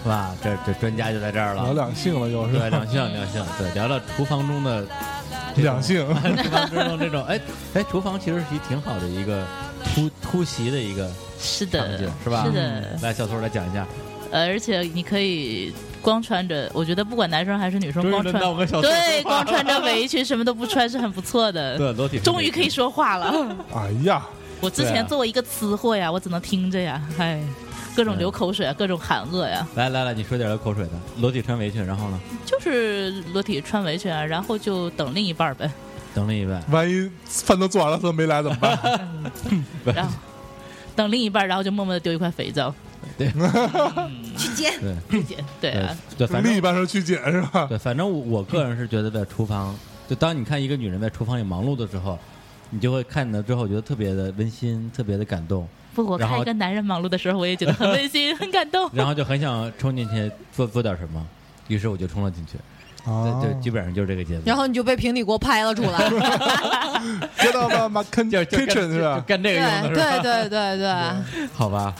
B: 是吧？这这专家就在这儿
A: 聊
B: 了。
A: 两性了，又是
B: 对，两性， *laughs* 两性，对，聊聊厨房中的 *laughs* 这种
A: 两性
B: *laughs* 厨房中这种，哎哎，厨房其实是一挺好的一个突突袭的一个
F: 是
B: 场
F: 的
B: 景，，是吧？嗯
F: 是的，
B: 来，小兔儿来讲一下。
F: 呃而且你可以光穿着，我觉得不管男生还是女生，光穿
B: 跟小
F: 对，光穿着围裙什么都不穿是很不错的。
B: 对，裸体。
F: 终于可以。说
B: *laughs*
F: 话了。
A: 哎呀，
F: 我之
B: 对
F: 前
B: 啊
F: 作为一个词汇啊，我只能听着呀，嗨，各种流口水啊，各种喊饿呀，
B: 来来来，你说点流口水的，裸体穿围裙，然后呢？
F: 就是裸体穿围裙啊，然后就等另一半儿
B: *laughs*
F: 呗。
B: 等了一半，
A: 万一饭都做完了，他没来怎么办？
F: 然后等另一半，然后就默默的丢一块肥皂。
B: 对
F: 嗯
E: 去
C: *laughs*
E: 接
B: 对 *laughs*
F: 理解
B: *laughs*
F: 对
B: 对
F: 啊，
B: 对， *laughs* 反
A: 另
B: 正
A: 一半说去捡是吧？
B: 对，反正我我个人是觉得在厨房，就当你看一个女人在厨房里忙碌的时候，你就会看到之后觉得特别的温馨，特别的感
A: *laughs*
B: 动，
F: 不，我
B: 然后
F: 看一个男人忙碌的时候，我也觉得很温馨，很感动。
B: 然后就很想冲进去做做点什么，于是我就冲了进去，
A: 啊，
B: 对，就基本上就是这个节奏。
E: 然后你就被平底锅拍了出来。
A: 知道吗？My
B: *laughs* *laughs* 就就
A: kitchen 是
B: 就就
A: 吧？
B: 干这个用的是吧？
E: 对
B: 嗯
E: 对对对，
B: 好吧，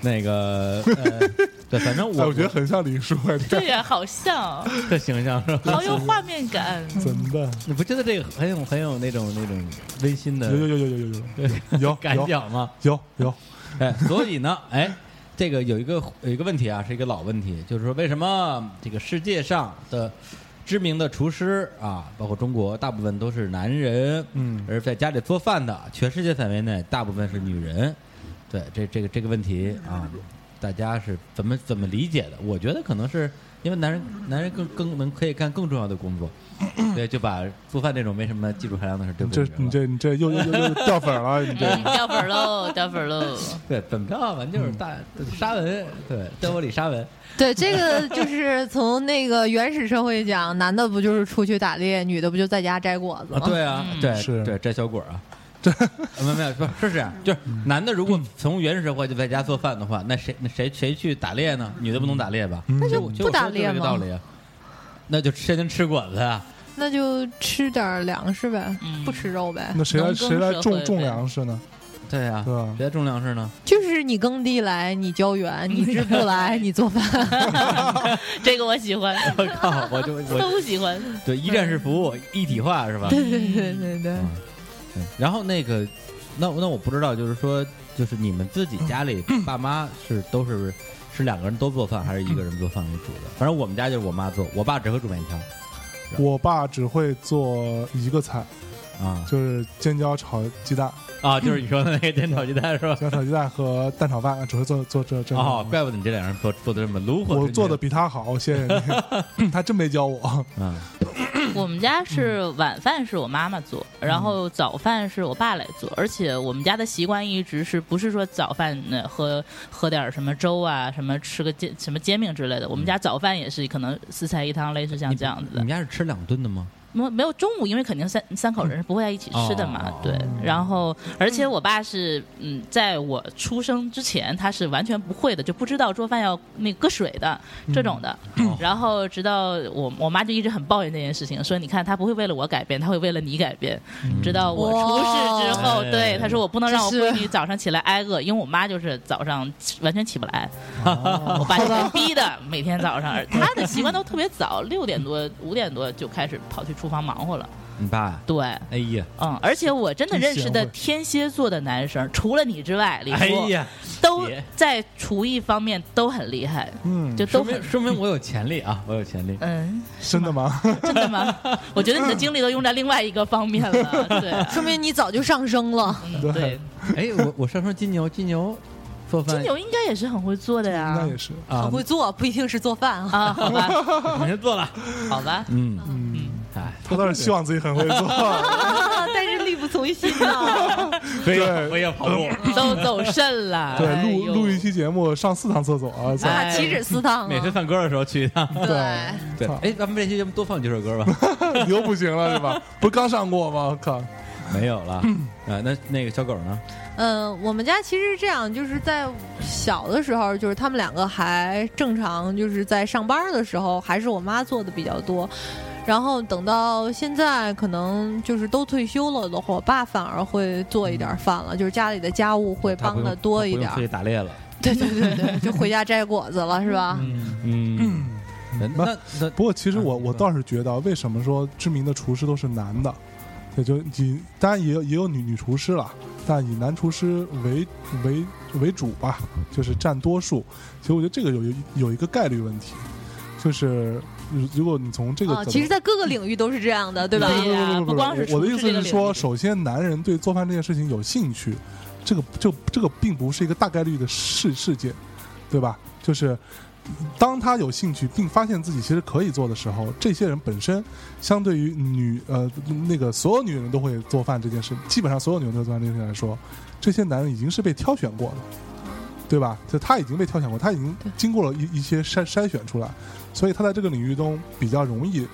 B: 那个，
A: *laughs*
B: 呃对，反正
A: 哎，
B: 我
A: 我觉得很像李叔，哎
F: *laughs* 对呀、好像，
B: 特形象是吧？
F: 好有画面感。
A: 怎么办？
B: *laughs* 你不觉得这个很有很有那种那种温馨的
A: 有有有有有有有有
B: 感
A: 有
B: 想吗？
A: 有有，
B: 哎，所以呢， *laughs* 哎，这个有一个有一个问题啊，是一个老问题，就是说为什么这个世界上的知名的厨师啊，包括中国，大部分都是男人，
A: 嗯
B: 而在家里做饭的，全世界范围内大部分是女人。对，这这个这个问题啊，大家是怎么怎么理解的？我觉得可能是因为男人男人更更能可以干更重要的
A: *coughs*
B: 工作，对，就把做饭这种没什么技术含量的事儿丢
A: 你
B: 给
A: 这你
B: 女人了
A: 这你这又又又又掉粉儿
B: *laughs*
A: 了，你这
F: 嗯掉粉儿喽，掉粉儿喽。
B: 对怎么着啊，反正就是大沙文，对，德国里沙文，
C: *laughs* 对，这个就是从那个原始社会讲，男的不就是出去打猎，女的不就在家摘果子
B: 啊，
C: 吗？
B: 对啊，
F: 嗯
B: 对，
A: 是
B: 对摘小果 *laughs* 儿啊，这没有没有，不是是这样，就是男的如果从原始社会就在家做饭的话，那谁那谁谁去打猎呢？女的不能打猎吧？那就
C: 不打猎
B: 这个
C: 吗
B: 道理啊，那就天天吃果子啊，
C: 那就吃点儿粮食呗，
F: 嗯
C: 不吃肉呗。
A: 那谁来
F: 农耕
A: 谁来
F: 社
A: 种
F: 会
A: 种
F: 呗
A: 粮食呢？
B: 对啊
A: 对吧，
B: 别的重粮食呢？
C: 就是你耕地来，你浇园；
B: *laughs*
C: 你织布来，你做饭。 *laughs*
F: 这个我喜欢，
B: 我靠，我就我
F: 都喜欢。
B: *laughs* 对一站式服务一体化是吧？
C: 对对对对对。
B: 嗯对然后那个，那那我不知道，就是说，就是你们自己家 *clears throat* 里爸妈是都是是两个人都做饭，还是一个人做饭为主的？反正我们家就是我妈做，我爸只会煮面条
A: 我爸只会做一个菜，
B: 啊
A: 就是尖椒炒鸡蛋、
B: 啊，就是你说的那个煎炒鸡蛋是 *laughs* 吧？
A: 尖椒炒鸡蛋和蛋炒饭，只会做做这这两
B: 哦，
A: 个。
B: 怪不得你这两人做做的这么炉火纯青。
A: 我做的比他好，谢谢
B: *laughs*
A: 你。他真没教我，
B: 嗯
F: 我们家是晚饭是我妈妈做，
B: 嗯
F: 然后早饭是我爸来做，而且我们家的习惯一直是不是说早饭呃喝喝点儿什么粥啊，什么吃个煎什么煎饼之类的，我们家早饭也是可能四菜一汤，类似像这样子
B: 嗯你
F: 的
B: 们。家是吃两顿的吗？
F: 没有没有中午，因为肯定三三口人是不会在一起吃的嘛，
B: 哦
F: 对。然后，而且我爸是嗯，在我出生之前，他是完全不会的，就不知道做饭要那个搁水的这种的。
B: 哦
F: *laughs* 然后直到我我妈就一直很抱怨这件事情，说你看他不会为了我改变，他会为了你改变。直到我出事之
B: 嗯
F: 后，
B: 哇
F: 对他说我不能让我
C: 这是
F: 闺女早上起来挨饿，因为我妈就是早上起完全起不来，
A: 啊
F: 嗯我爸就被逼的，每天早上，而他的习惯都特别早，六点多五点多就开始跑去厨房忙活了。
B: 你爸？
F: 对，
B: 哎呀，
F: 嗯，而且我真的认识的
A: 真贤惠
F: 天蝎座的男生，除了你之外，李叔、
B: 哎呀，
F: 都
B: 别
F: 在厨艺方面都很厉害，
A: 嗯，
F: 就
B: 说
F: 都
B: 明
F: 很。
B: 说明我有潜力啊，我有潜力。
F: 嗯，
A: 真的吗？
F: 真的吗？ *laughs* 我觉得你的精力都用在另外一个方面了，
A: *laughs*
F: 对啊，
C: 说明你早就上升了。
F: 嗯对，
B: 哎，我我上升金牛，金牛做饭
F: 金牛应该也是很会做的
A: 应该
F: 呀，
A: 也是，
B: 啊
C: 很，会做，不一定是做饭啊。
F: 啊，好吧，
B: 我先做了，
F: 好吧，
B: 嗯，
A: 嗯，
B: 哎，
A: 他倒是希望自己很会
C: 哎
A: 做，
B: 啊
C: *laughs* 但是力不从心
B: *laughs*
C: 啊呐。
B: 所以
A: 对
B: 我也跑步。
F: 都走肾了，
A: 嗯对，
F: 哎
A: 录
F: 呦
A: 录一期节目上四趟厕所，操
F: 哎
C: 啊，岂止私汤
B: 每次
C: 啊！
B: 唱歌的时候去一趟。
C: 对，
B: 对，
A: 操
B: 哎，咱们这期节目多放几首歌 *laughs* 吧。
A: 你又不行了是吧？不是刚上过吗？靠，
B: 没有了。啊，那那个小狗呢？
C: 嗯，我们家其实是这样，就是在小的时候，就是他们两个还正常，就是在上班的时候，还是我妈做的比较多。然后等到现在，可能就是都退休了的话，我爸反而会做一点饭了，就是家里的家务会
B: 他不
C: 帮
B: 用
C: 的多一点
B: 他不用出。去打猎了。
C: 对对对对，就回家摘果子了，是吧？
A: 嗯。
B: 嗯，那
A: 那
B: 那那
A: 不过其实我
B: 啊
A: 我倒是觉得啊，为什么说知名的厨师都是男的？也就以当然也有也有女女厨师了，但以男厨师为为为主吧，就是占多数。其实我觉得这个有一有一个概率问题，就是如如果你从这个
C: 啊，
A: 角度
C: 其实，在各个领域都是这样的，对吧？
F: 对呀
A: 不不不
F: 不光是
A: 我我的
F: 厨
A: 意
F: 师
A: 思
F: 这个
A: 是
F: 领
A: 说，
F: 域
A: 首先男人对做饭这件事情有兴趣，这个这这个并不是一个大概率的事事件，对吧？就是当他有兴趣并发现自己其实可以做的时候，这些人本身相对于女呃那个所有女人都会做饭这件事，基本上所有女人都会做饭这件事来说，这些男人已经是被挑选过的。对吧？就他已经被挑选过，他已经经过了一一些筛筛选出来，所以他在这个领域中比较容易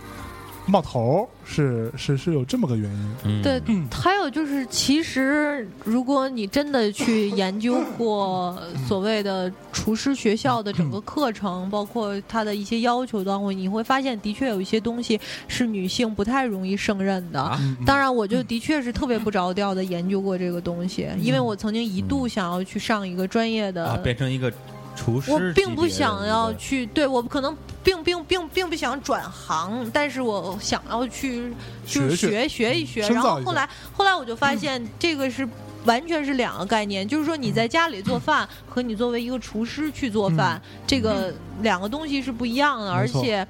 A: 冒头，是是是有这么个原因。嗯
B: 嗯
C: 对，还有就是，其实如果你真的去研究过
B: 嗯
C: 所谓的厨师学校的整个课程，包括它的一些要求的话，你会发现的确有一些东西是女性不太容易胜任的。
B: 啊
A: 嗯
C: 当然，我就的确是特别不着调的研究过这个东西，因为我曾经一度想要去上一个专业的
B: 嗯啊，变成一个厨师级
C: 呃我
B: 别的一个，
C: 并不想要去，对我可能并并并并不想转行，但是我想要去就是
A: 学嗯
C: 学学一学。
A: 深造一下嗯
C: 然后后来后来我就发现这个是。完全是两个概念，就是说你在家里做饭和你作为一个厨师去做饭，这个两个东西是不一样的，
A: 嗯没
C: 而
A: 错
C: 且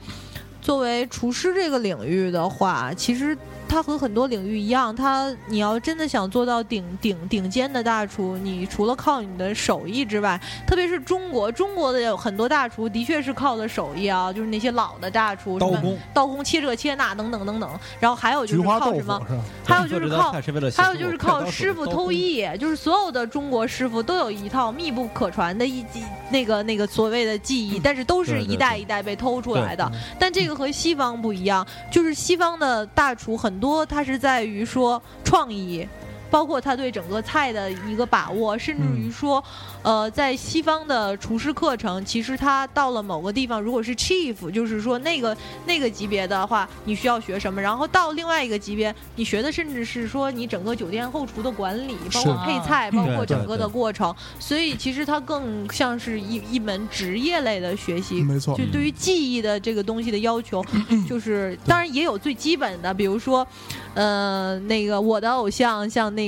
C: 作为厨师这个领域的话，其实它和很多领域一样，它你要真的想做到顶顶顶尖的大厨，你除了靠你的手艺之外，特别是中国，中国的有很多大厨的确是靠的手艺啊，就是那些老的大厨，
A: 刀
C: 什么
A: 工、
C: 刀工切这切那等等等等，然后还有就
A: 菊
C: 是
A: 花
C: 靠
A: 豆
C: 什
A: 腐
C: 么？
A: 是吧？
C: 还有就是
B: 做这
C: 靠
B: 道菜是为了
C: 还有
B: *laughs* 显示
C: 就是
B: 我
C: 靠
B: 快刀
C: 师
B: 手
C: 傅
B: 刀
C: 偷
B: 工
C: 艺，就是所有的中国师傅都有一套密不可传的一技，那个那个所谓的技艺，但是都是
B: 嗯对对
C: 一
B: 对
C: 代一代被偷出来的
A: 嗯。
C: 但这个和西方不一样，就是西方的大厨很多，它是在于说创意。包括他对整个菜的一个把握，甚至
B: 嗯
C: 于说，呃，在西方的厨师课程，其实他到了某个地方，如果是 chief，就是说那个那个级别的话，你需要学什么？然后到另外一个级别，你学的甚至是说你整个酒店后厨的管理，包括
A: 是
C: 配菜，包括
B: 对
C: 整个的
B: 对对
C: 过程。所以其实它更像是一一门职业类的学习。
A: 没错
C: 就，对于技艺的这个东西的要求，就是当然也有最基本的，比如说，呃，那个我的偶像像那个、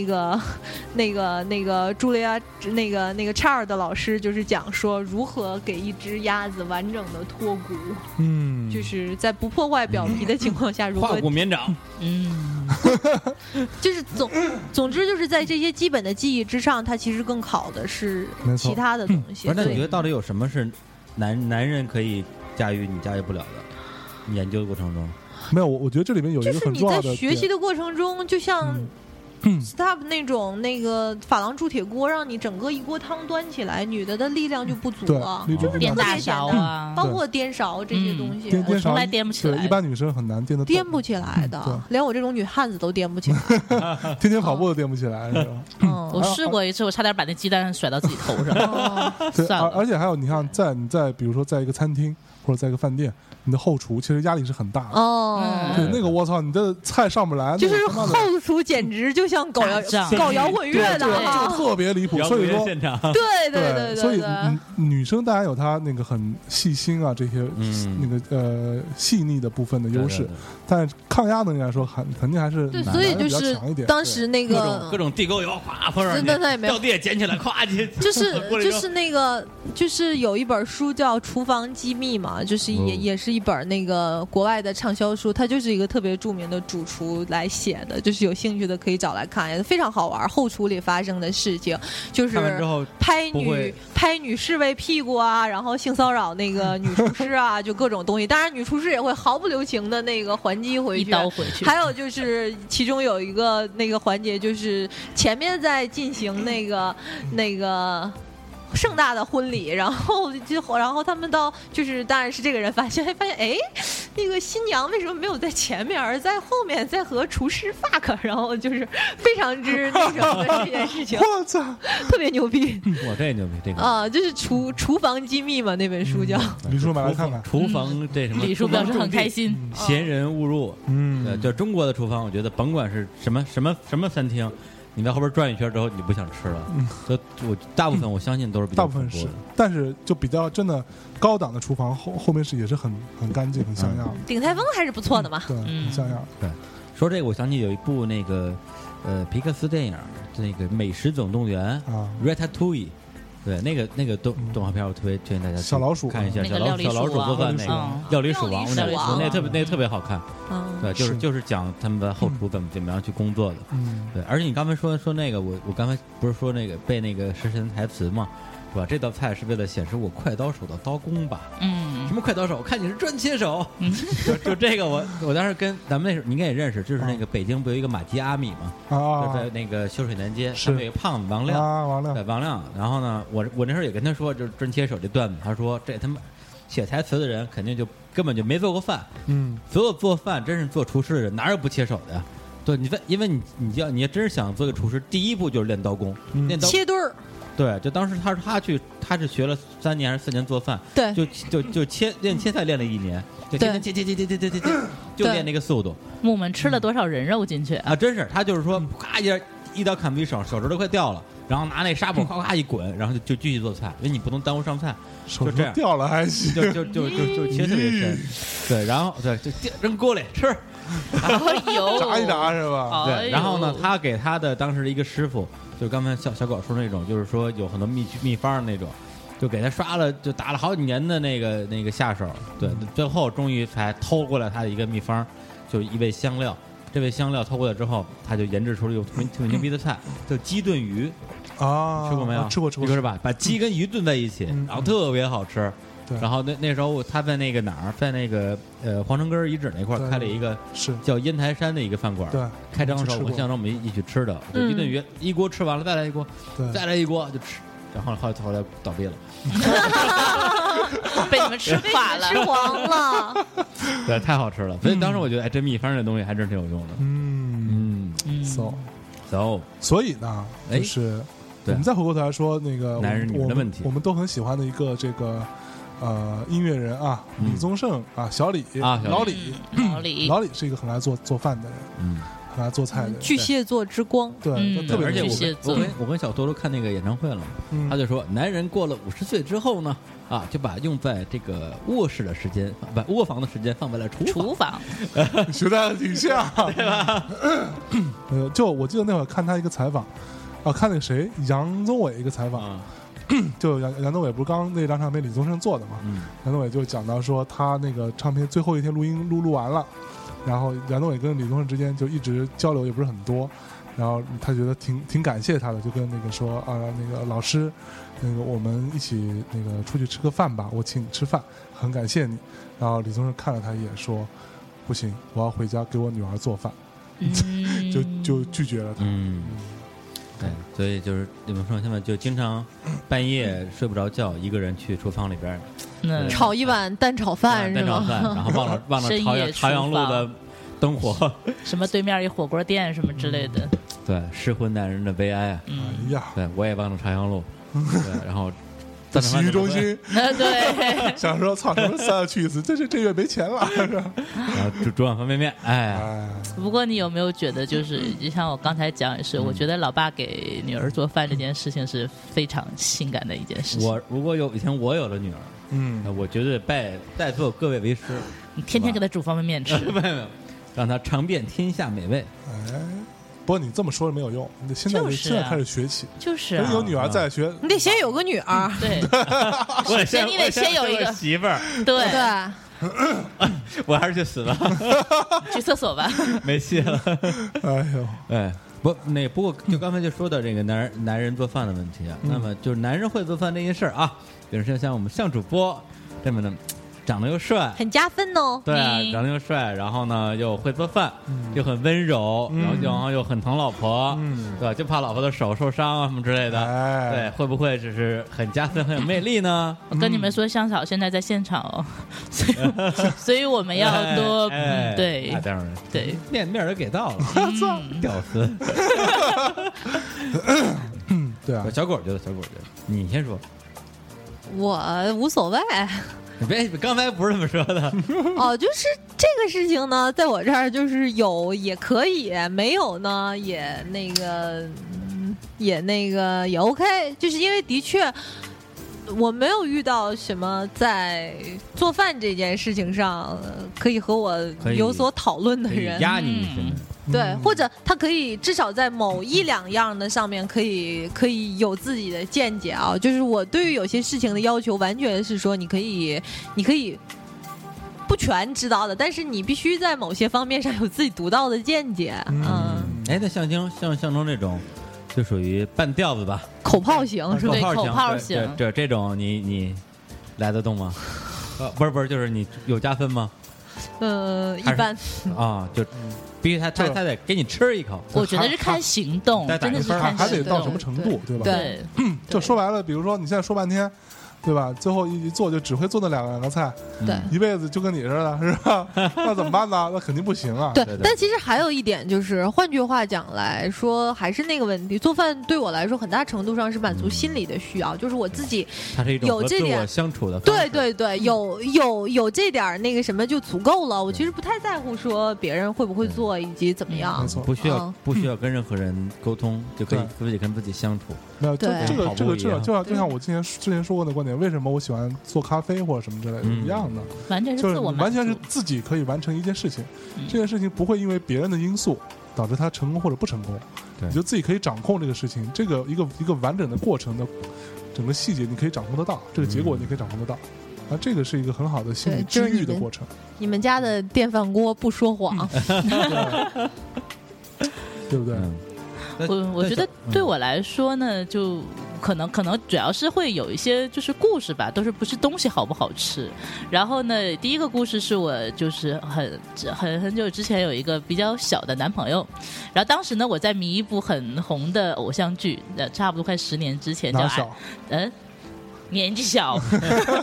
C: *laughs* 那个、那个茱莉亚、那个那个查尔的老师，就是讲说如何给一只鸭子完整的脱骨，
A: 嗯，
C: 就是在不破坏表皮的情况下，如何
B: 化骨绵掌，
F: 嗯，
C: 就是总总之就是在这些基本的技艺之上，它其实更考的是
A: 没错
C: 其他的东西。
B: 不是？那
C: 所
B: 你
C: 以
B: 觉得到底有什么是男男人可以驾驭，你驾驭不了的？你研究的过程中，
A: 没有我，我觉得这里面有一
C: 就
A: 个
C: 是
A: 很
C: 你
A: 重
C: 在
A: 要的
C: 学习
A: 点
C: 的过程中，就像
A: 嗯
C: Stop 那种那个珐琅铸铁锅，让你整个一锅汤端起来，女的的力啊量就不足
A: 对
C: 了，，
A: 你
B: 就
A: 就是是
F: 颠
A: 把
F: 大勺啊，
C: 包括颠勺这些东西，
A: 颠
F: 我
A: 颠
F: 从
A: 勺
F: 来颠不起
A: 对
F: 来
A: 一。般女生很难颠得动
C: 颠不起来的
A: 嗯，
C: 连我这种女汉子都颠不起来。
A: 天
C: 啊
A: 天跑步都颠不起来，是
C: *laughs*
A: 吧？
C: 嗯
F: 我试过一次，我差点把那鸡蛋甩到自己 *laughs* 头上。
C: 哦
A: 对，
F: 算
A: 而
F: 了
A: 而且还有，你看，在你在比如说在一个餐厅或者在一个饭店，你的后厨其实压力是很大的。
C: 哦，
A: 对，那个我操，你的菜上不来，
C: 就
A: 那
C: 是
A: 个他妈的
C: 后厨简直就像搞
F: 打仗
C: 摇搞摇滚乐的
F: 对
A: 这个
C: 哈，
A: 特别离谱。所以说，
B: 现 *laughs* 场，
C: 对对对
A: 所以嗯
C: 对对，
A: 女女生当然有她那个很细心啊，这些
B: 嗯
A: 那个呃细腻的部分的优
B: 对
A: 势
B: 对，
A: 但是抗压能力来说，还肯定还是
C: 对，
A: 男
C: 所以
A: 的
C: 就
A: 比较
C: 是
A: 强一点。
C: 当时那
B: 对各种
C: 个
B: 各种地沟油，咵泼上
C: 嗯那那也
B: 去，
C: 没有
B: 掉地下捡起来，咵去，
C: *laughs* 就是
B: 过来
C: 就
B: 扔
C: 是那个就是有一本书叫《厨房机密》嘛，就是也、
B: 嗯
C: 也是一本那个国外的畅销书，它就是一个特别著名的主厨来写的，就是有兴趣的可以找来看，也非常好玩。后厨里发生的事情，就
B: *laughs* 看完之
C: 是
B: 后，
C: 拍
B: 不
C: 女
B: 会
C: 拍女侍卫屁股啊，然后性骚扰那个女厨
A: *laughs*
C: 师啊，就各种东西。当然，女厨师也会毫不留情的那个还击回
F: 一
C: 去。
F: 刀回去，
C: 还有就是，其中有一个那个环节，就是前面在进行那个那个。盛大的婚礼，然后就然后他们到就是，当然是这个人发现，哎发现哎，那个新娘为什么没有在前面，而在后面，在和厨师 fuck，然后就是非常之那什么的这件
A: *laughs*
C: 事情，
A: 我操，
C: 特别牛逼
B: 我这牛逼，这个嗯
C: 啊！就是厨厨房机密嘛，那本书叫。
A: 嗯李叔买来
B: *laughs*
A: 看看，
B: 厨房
C: 嗯
B: 这什么？
F: 李叔表示很开心。
B: 闲人误入，对，
A: 嗯，
B: 呃就中国的厨房，我觉得甭管是什么什么什么餐厅，你在后边转一圈之后，你就不想吃了。就我大部分我相信都是比较
A: 嗯大部分
B: 恐怖
A: 是
B: 的，
A: 但是就比较真的高档的厨房后后面是也是很很干净、很像样
B: 嗯
A: 的，
C: 鼎泰丰还是不错的嘛，
A: 对，
F: 嗯
A: 很像样。
B: 说这个，我想起有一部那个呃皮克斯电影，那个《美食总动员
C: 嗯
A: 啊，》
B: （Ratatouille）。对，那个那个动动画片，我特别推荐大家
A: 嗯
B: 去
A: 小老鼠
B: 看一下，
F: 那
B: 小
F: 个
B: 老
F: 料理
B: 小老鼠
F: 鼠
B: 做
F: 王
B: 饭那
F: 嗯
B: 个料理鼠王，
C: 料
B: 那
C: 理鼠
B: 个
C: 王
B: 那特别那特别好看。
C: 嗯，
B: 对，就是
A: 是
B: 就是讲他们的后厨怎么怎么样去工作的。
A: 嗯，
B: 对，而且你刚才说说那个，我我刚才不是说那个背那个食神台词嘛，是吧？这道菜是为了显示我快刀手的刀工吧？
F: 嗯
B: 什，么快刀手？我看你是专切手。 *laughs* 就就这个我，我当时跟咱们那时候你应该也认识，就是那个北京不有一个马基阿米嘛，就
A: 啊
B: 在那个修水南街，
A: 是
B: 上面有一个胖子王亮，
A: 啊，完了
B: 对，王亮。然后呢，我我那时候也跟他说，就是专切手这段子，他说这他妈写台词的人肯定就根本就没做过饭，
A: 嗯，
B: 所有做饭真是做厨师的人，哪有不切手的呀？对，你问，因为你你要你要真是想做个厨师，第一步就是练刀工，
A: 嗯
B: 练刀。
C: 切墩儿，
B: 对，就当时他他去他是学了三年还是四年做饭，
C: 对
B: 就就就切练切菜练了一年，就天天切切切切切切切切，就
C: 对
B: 练那个速度
F: 木门吃了多少人肉进去啊？
B: 啊！真是他就是说，咔一下一刀砍自己手，手指头快掉了，然后拿那纱布咔咔一滚，然后就就继续做菜，因为你不能耽误上菜。
A: 手
B: 就这
A: 指
B: 样
A: 掉了还行，
B: 就就就就就切特别深，对，然后对就丢扔锅里吃，
F: 哎呦，
A: 炸一炸是吧？
F: 哎
B: 嗯对，
F: 呦
B: 然后呢，他给他的当时的一个师傅，就刚才小小狗说那种，就是说有很多秘秘方儿那种，就给他刷了，就打了好几年的那个那个下手，对，最后终于才偷过来他的一个秘方，就是一味香料。这味香料偷过来之后，他就研制出了一种特别特别牛逼的菜，叫鸡炖鱼，
A: 啊，
C: 哦
B: 吃过没有？
A: 啊吃过吃过
B: 你说是吧？把鸡跟鱼炖在一起，
A: 嗯
B: 然后特别好吃。
A: 对
B: 然后那那时候我他在那个哪儿，在那个呃皇城根儿遗址那块儿
A: 对
B: 开了一个
A: 是，
B: 叫烟台山的一个饭馆。
A: 对，
B: 开张的时
A: 去
B: 候，
A: 吃
B: 我
A: 过
B: 想着我们一起吃的，
F: 嗯
B: 就一顿鱼一锅吃完了，再来一锅，
A: 对
B: 再来一锅就吃。然后后来后来倒
F: *laughs*
B: 闭了，
C: *laughs*
F: 被你们吃垮了。
C: 吃黄了，
B: 对，太好吃了。所以当时我觉得，哎，这秘方这东西还真挺有用的。
A: 嗯
B: 嗯，
F: 嗯
A: ，so，
B: 走，
A: 所以呢，
B: 哎
A: 就是我
B: 对
A: 们再回过头来说那个
B: 男人
A: 我
B: 女人的问题
A: 我们都很喜欢的一个这个呃音乐人啊，
B: 嗯
A: 李宗盛啊，小李
B: 啊小李
A: 老李，
F: 嗯老李，
A: 老李是一个很爱做做饭的人，
B: 嗯，
A: 很爱做菜的人，
C: 巨蟹座之光，
A: 对，
F: 嗯
A: 都
B: 对
A: 特别
B: 而且
F: 巨蟹
B: 我
F: 座
B: 我跟我跟小多多看那个演唱会了，
A: 嗯
B: 他就说，男人过了五十岁之后呢，啊，就把用在这个卧室的时间，把卧房的时间放在了厨
A: *laughs*
F: 厨
B: 房。 *laughs*
F: 房，
A: 学的挺像，对吧？啊呃，就我记得那会儿看他一个采访，啊，看那个谁杨宗纬一个采访，
B: 啊，
A: 就杨杨宗纬不是刚那张唱片李宗盛做的嘛？
B: 嗯，
A: 杨宗纬就讲到说他那个唱片最后一天录音录录完了，然后杨宗纬跟李宗盛之间就一直交流也不是很多，然后他觉得挺挺感谢他的，就跟那个说啊那个老师，那个我们一起那个出去吃个饭吧，我请你吃饭，很感谢你。然后李宗盛看了他一眼说，不行，我要回家给我女儿做饭，
F: 嗯
A: 就就拒绝了他。
B: 嗯，对，所以就是李文胜现在就经常半夜睡不着觉，一个人去厨房里边儿
F: 嗯
C: 炒一碗蛋炒饭
B: 嗯
C: 是
B: 蛋炒
C: 吗？
B: 饭，然后忘
F: *laughs*
B: 了忘了
F: 深
B: 朝阳
F: 夜
B: 朝阳
F: 厨
B: 路
F: 房
B: 的灯火，
F: 什么对面一火锅店什么之类的，
B: 对，失婚男人的悲哀啊！
F: 嗯，
A: 哎呀，
B: 对我也忘了朝
F: *laughs*
B: 阳路，对，然后蛋炒
A: 洗
B: 饭
A: 浴
B: 怎
A: 中
B: 么办，
A: 心 *laughs*
F: 嗯对，
A: 想说操什么三去一次，这是这月没钱了是吧？
B: *laughs* 然后煮煮碗方便面，
F: *laughs*
B: 哎，
A: 哎，
F: 不过你有没有觉得，就是就像我刚才讲也
B: 嗯
F: 是，我觉得老爸给女儿做饭这件事情是非常性感的一件事情。
B: 我如果有以前我有了女儿，
A: 嗯
B: 那。我绝对拜拜座各位为师， *laughs*
F: 你天天给她煮方便面吃，
B: 让她尝遍天下美
F: *laughs*
B: 味。
A: 哎，不过你这么说是没有用，你得现在、
F: 就是啊
A: 现在开始学起，
F: 就是
A: 等
F: 啊
A: 有女儿在学，
C: 你得先有个女儿，
B: 哎
F: 对
B: *laughs* 我得
F: 先
B: 先
F: 你得
B: 我
F: 先有
B: 做
F: 一个
B: 媳妇儿，
C: *laughs* 对
F: 对，
B: 我还是去死吧，
F: 去厕所吧。
B: *laughs* 没戏了。
A: 哎呦，
B: 哎，不，那不过就刚才就说到这个男人男人做饭的问题啊，
F: 嗯
B: 那么就是男人会做饭这件事儿啊，比如说像我们向主播这么的，长得又帅，
C: 很加分哦。
B: 对啊，
F: 嗯
B: 长得又帅，然后呢又会做饭，又很温柔，
A: 嗯
B: 然后又然后又很疼老婆，
A: 嗯
B: 对吧？就怕老婆的手受伤啊什么之类的，
A: 哎
B: 对，会不会只是很加分、很有魅力呢？
F: 我跟你们说，香草现在在现场哦， *laughs* 所以 *laughs* 所以我们要多
B: 哎
F: 嗯对
B: 哎当然
F: 对，
B: 面面儿都给到了， *laughs* 屌丝。
A: 嗯，对啊，
B: 小狗觉得，小狗觉得，你先说，
C: 我无所 *laughs* 谓
B: 你别哎刚才不是这么说的，
C: 哦，就是这个事情呢，在我这儿就是有也可以，没有呢也那个，嗯也那个也 OK，就是因为的确。我没有遇到什么在做饭这件事情上呃可以和我
B: 可以
C: 有所讨论的
B: 可以
C: 人，
B: 压你一身。
C: 对，
A: 嗯
C: 或者他可以至少在某一两样的上面可以可以有自己的见解啊。就是我对于有些事情的要求，完全是说你可以，你可以不全知道的，但是你必须在某些方面上有自己独到的见解。
A: 嗯
C: 嗯，
B: 哎，那象征像象征这种，就属于半吊子吧，
C: 口炮型是吧？
F: 对
B: 口
F: 口
B: 炮
F: 炮
B: 型，
F: 型
B: 对这这种你你来得动吗？呃，不是不是，就是你有加分吗？
C: 呃，一
B: 还是
C: 般
B: 啊，就必须他他
A: 这
B: 他得给你吃一口，
F: 我觉得是看行动
B: 还，
F: 真的是
B: 还
A: 还
F: 看
A: 还
F: 行
A: 得
F: 动
A: 到什么程度，对吧？
C: 对
F: 对，
A: 就说白了，比如说你现在说半天。对吧？最后一一做就只会做那两个两个菜，
C: 对。
B: 嗯
A: 一辈子就跟你似的，是吧？那怎么办呢？那肯定不行啊！
C: 对
B: 对对，
C: 但其实还有一点就是，换句话讲来说，还是那个问题，做饭对我来说，很大程度上是满足心理的需要，就是我自己
B: 它是一种
C: 有
B: 和
C: 这
B: 自我
C: 点
B: 相处的方
C: 对
B: 式，
C: 对对，有有有这点儿那个什么就足够了。我其实不太在乎说别人会不会做以及怎么
A: 没
C: 样。
A: 错，
B: 不需要
C: 嗯
B: 不需要跟任何人沟通，就可以自己跟自己相处。
A: 没有，就
C: 对
A: 这个
B: 跑步
A: 这个
B: 一
A: 这个，
B: 样
A: 就像就像我之前之前说过的观点，为什么我喜欢做咖啡或者什么之类的
B: 嗯
A: 一样的，
F: 完全是
A: 就是
F: 自
A: 你
F: 我满足
A: 完全是自己可以完成一件事情
F: 嗯，
A: 这件事情不会因为别人的因素导致它成功或者不成功，
B: 对
A: 你就自己可以掌控这个事情，这个一个一个完整的过程的整个细节你可以掌控得到，这个结果你可以掌控得到。啊，这个是一个很好的心理
C: 对就
A: 治
C: 是
A: 愈的
C: 你们
A: 过
F: *laughs*
A: 程， *laughs*
C: 你们家的电饭锅不说谎，
A: 对对不对？
B: 嗯，那
F: 我我
B: 那
F: 觉
B: 小
F: 得对我来说呢，
A: 嗯
F: 就可能可能主要是会有一些就是故事吧，都是不是东西好不好吃。然后呢，第一个故事是我就是很很很久之前有一个比较小的男朋友，然后当时呢我在迷一部很红的偶像剧，呃，差不多快十年之前叫
A: 哪
F: 《
A: 小
F: 嗯，年纪小， *laughs*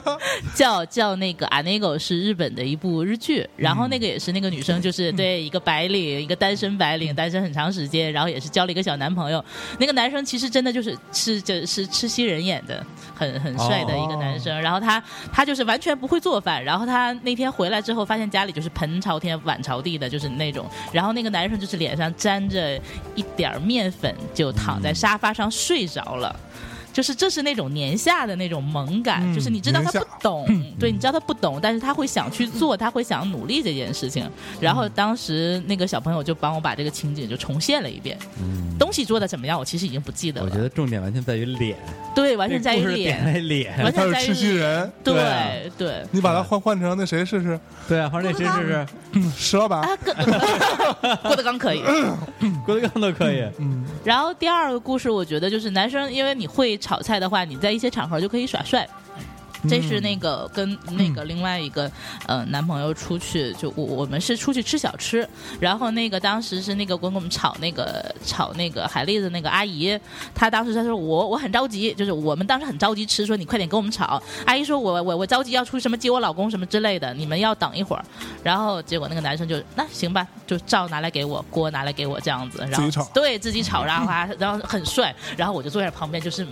F: 叫叫那个《阿内狗》是日本的一部日剧，然后那个也是那个女生就是对一个白领，一个单身白领，单身很长时间，然后也是交了一个小男朋友。那个男生其实真的就是是就是痴西人演的，很很帅的一个男生。然后他他就是完全不会做饭，然后他那天回来之后发现家里就是盆朝天碗朝地的，就是那种。然后那个男生就是脸上沾着一点儿面粉，就躺在沙发上睡着了。就是这是那种年下的那种萌感，
A: 嗯
F: 就是你知道他
A: 年
F: 不
A: 下嗯
F: 懂，对，你知道他不懂，但是他会想去做，他会想努力这件事情。然后当时那个小朋友就帮我把这个情景就重现了一遍，
B: 嗯
F: 东西做的怎么样，我其实已经不记得
B: 我觉
F: 了。
B: 得重点完全在于脸，
F: 对，完全在
B: 这
F: 于
B: 故事点
F: 脸，
B: 在脸，
F: 完
A: 他
F: 全
A: 是
F: 在于
A: 吃西
F: 脸。
A: 人，
F: 对
B: 啊
F: 对
A: 你把它换换成那谁试试？
B: 对啊，反正那谁试试，
A: 石老板，
F: 啊，跟
B: 啊
F: 郭德纲可以。
B: 郭德纲都可以，
A: 嗯，
F: 然后第二个故事，我觉得就是男生，因为你会炒菜的话，你在一些场合就可以耍帅。这是那个跟那个另外一个呃男朋友出去，就我我们是出去吃小吃，然后那个当时是那个跟我们炒那个炒那个海蛎的那个阿姨，她当时她说我我很着急，就是我们当时很着急吃，说你快点给我们炒。阿姨说我我我着急要出去什么接我老公什么之类的，你们要等一会儿。然后结果那个男生就那行吧，就照拿来给我，锅拿来给我这样子，然后
A: 自己炒
F: 对自己炒，然后他然后很帅，然后我就坐在旁边就是。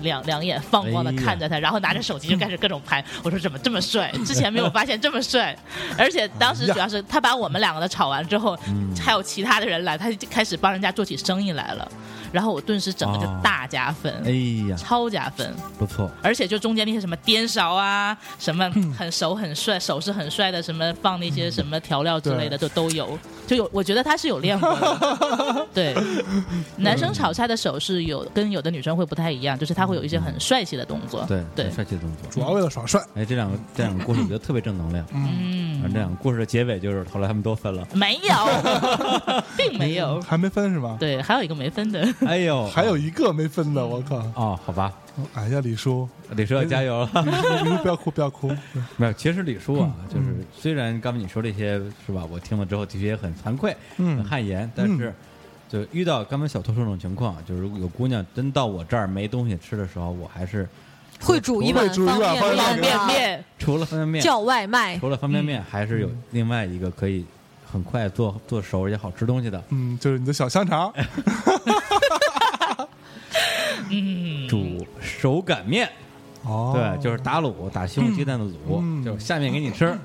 F: 两两眼放光的
B: 哎呀
F: 看着他，然后拿着手机就开始各种拍。我说怎么这么帅？之前没有发现这么帅， *laughs* 而且当时主要是他把我们两个的炒完之后，
B: 嗯
F: 还有其他的人来，他就开始帮人家做起生意来了。然后我顿时整个
B: 哦
F: 就大加分，
B: 哎呀，
F: 超加分。
B: 不错，
F: 而且就中间那些什么颠勺啊，什么
B: 嗯
F: 很熟很帅、手势很帅的，什么放那些什么调料之类的，就都有，就有。我觉得他是有练过的，
B: *laughs*
F: 对。
B: 嗯
F: *laughs* 男生炒菜的手势有跟有的女生会不太一样，就是他会有一些很帅气的动作。
B: 嗯对
F: 对
B: 很帅气的动作。
A: 主要为了耍帅，
B: 哎，这两个这两个故事我觉得特别正能量。
F: 嗯
B: 反，正这两个故事的结尾就是后来他们都分了。
F: 没
B: *laughs*
F: 有，并
B: 嗯
F: 没有。
A: 还没分是吧？
F: 对，还有一个没分的，
B: 哎呦，
A: 还有一个没分的，我靠！
B: 哦，好吧，
A: 哎呀，李叔，
B: 李叔要加油了。
A: 李叔，李叔不要哭，不要哭。
B: *laughs* 没有，其实李叔啊，
A: 嗯
B: 就是虽然刚才你说这些是吧，我听了之后的确也很惭愧，
A: 嗯
B: 很汗颜，但是就遇到刚才小兔说这种情况，就是如果有姑娘真到我这儿没东西吃的时候，我还是
C: *laughs* 会煮一碗
A: 会煮一碗方
C: 方便
A: 便
F: 面
C: 面吗，
F: 面
B: 除了方便面，
C: 叫外卖，
B: 除了方便面，还是有另外一个可以很快做做熟而且好吃东西的
A: 嗯，就是你的小香肠，
B: 哎煮手擀面。
A: 哦，
B: 对，就是打卤，打西红柿鸡蛋的卤，
A: 嗯
B: 就是下面给你吃，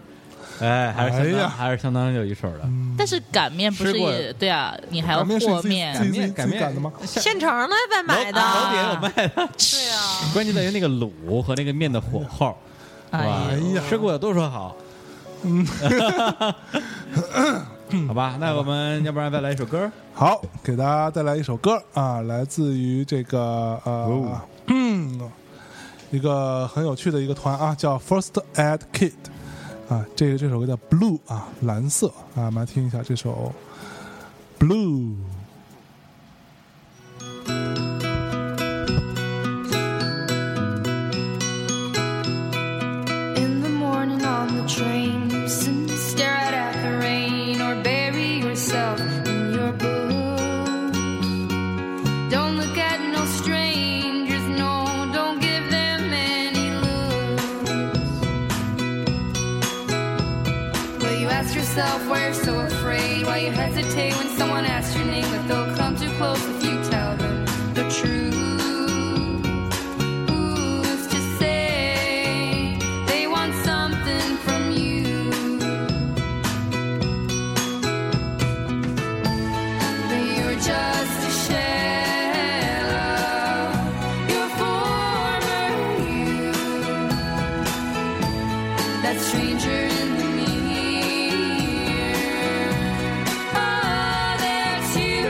B: 哎，还是相
A: 哎
B: 当、
A: 呀嗯
B: 还是相当有一手的。
F: 但是擀面不
B: 吃
F: 是
B: 过
F: 也对啊？你还要
A: 擀面是你
F: 和
A: 自己
F: 面
A: 自，己
B: 面
A: 自己擀的吗？
C: 现成的外买的，
B: 楼底下有卖的，
C: 对啊，
B: 关键在于那个卤和那个面的火候，
F: 哎呀
A: 哎呀，
B: 吃过的都说好。嗯， *laughs* 好吧，那我们要不然再来一首歌？
A: 好，给大家带来一首歌啊，来自于这个
B: 哦
A: 呃，嗯，一个很有趣的一个团啊，叫 First Aid Kit 啊，这个这首歌叫 Blue 啊，蓝色啊，我们来听一下这首 Blue。
H: In the morning on the train, sit and stare out at the rain, or bury yourself in your books. Don't look at no strangers, no, don't give them any looks. Will you ask yourself why you're so afraid? Why you hesitate when someone asks your name, but they'll come too close if you tell them the truth. Who's to say they want something from you? That you're just a shell of your former you. That stranger in the mirror. Oh, that's you.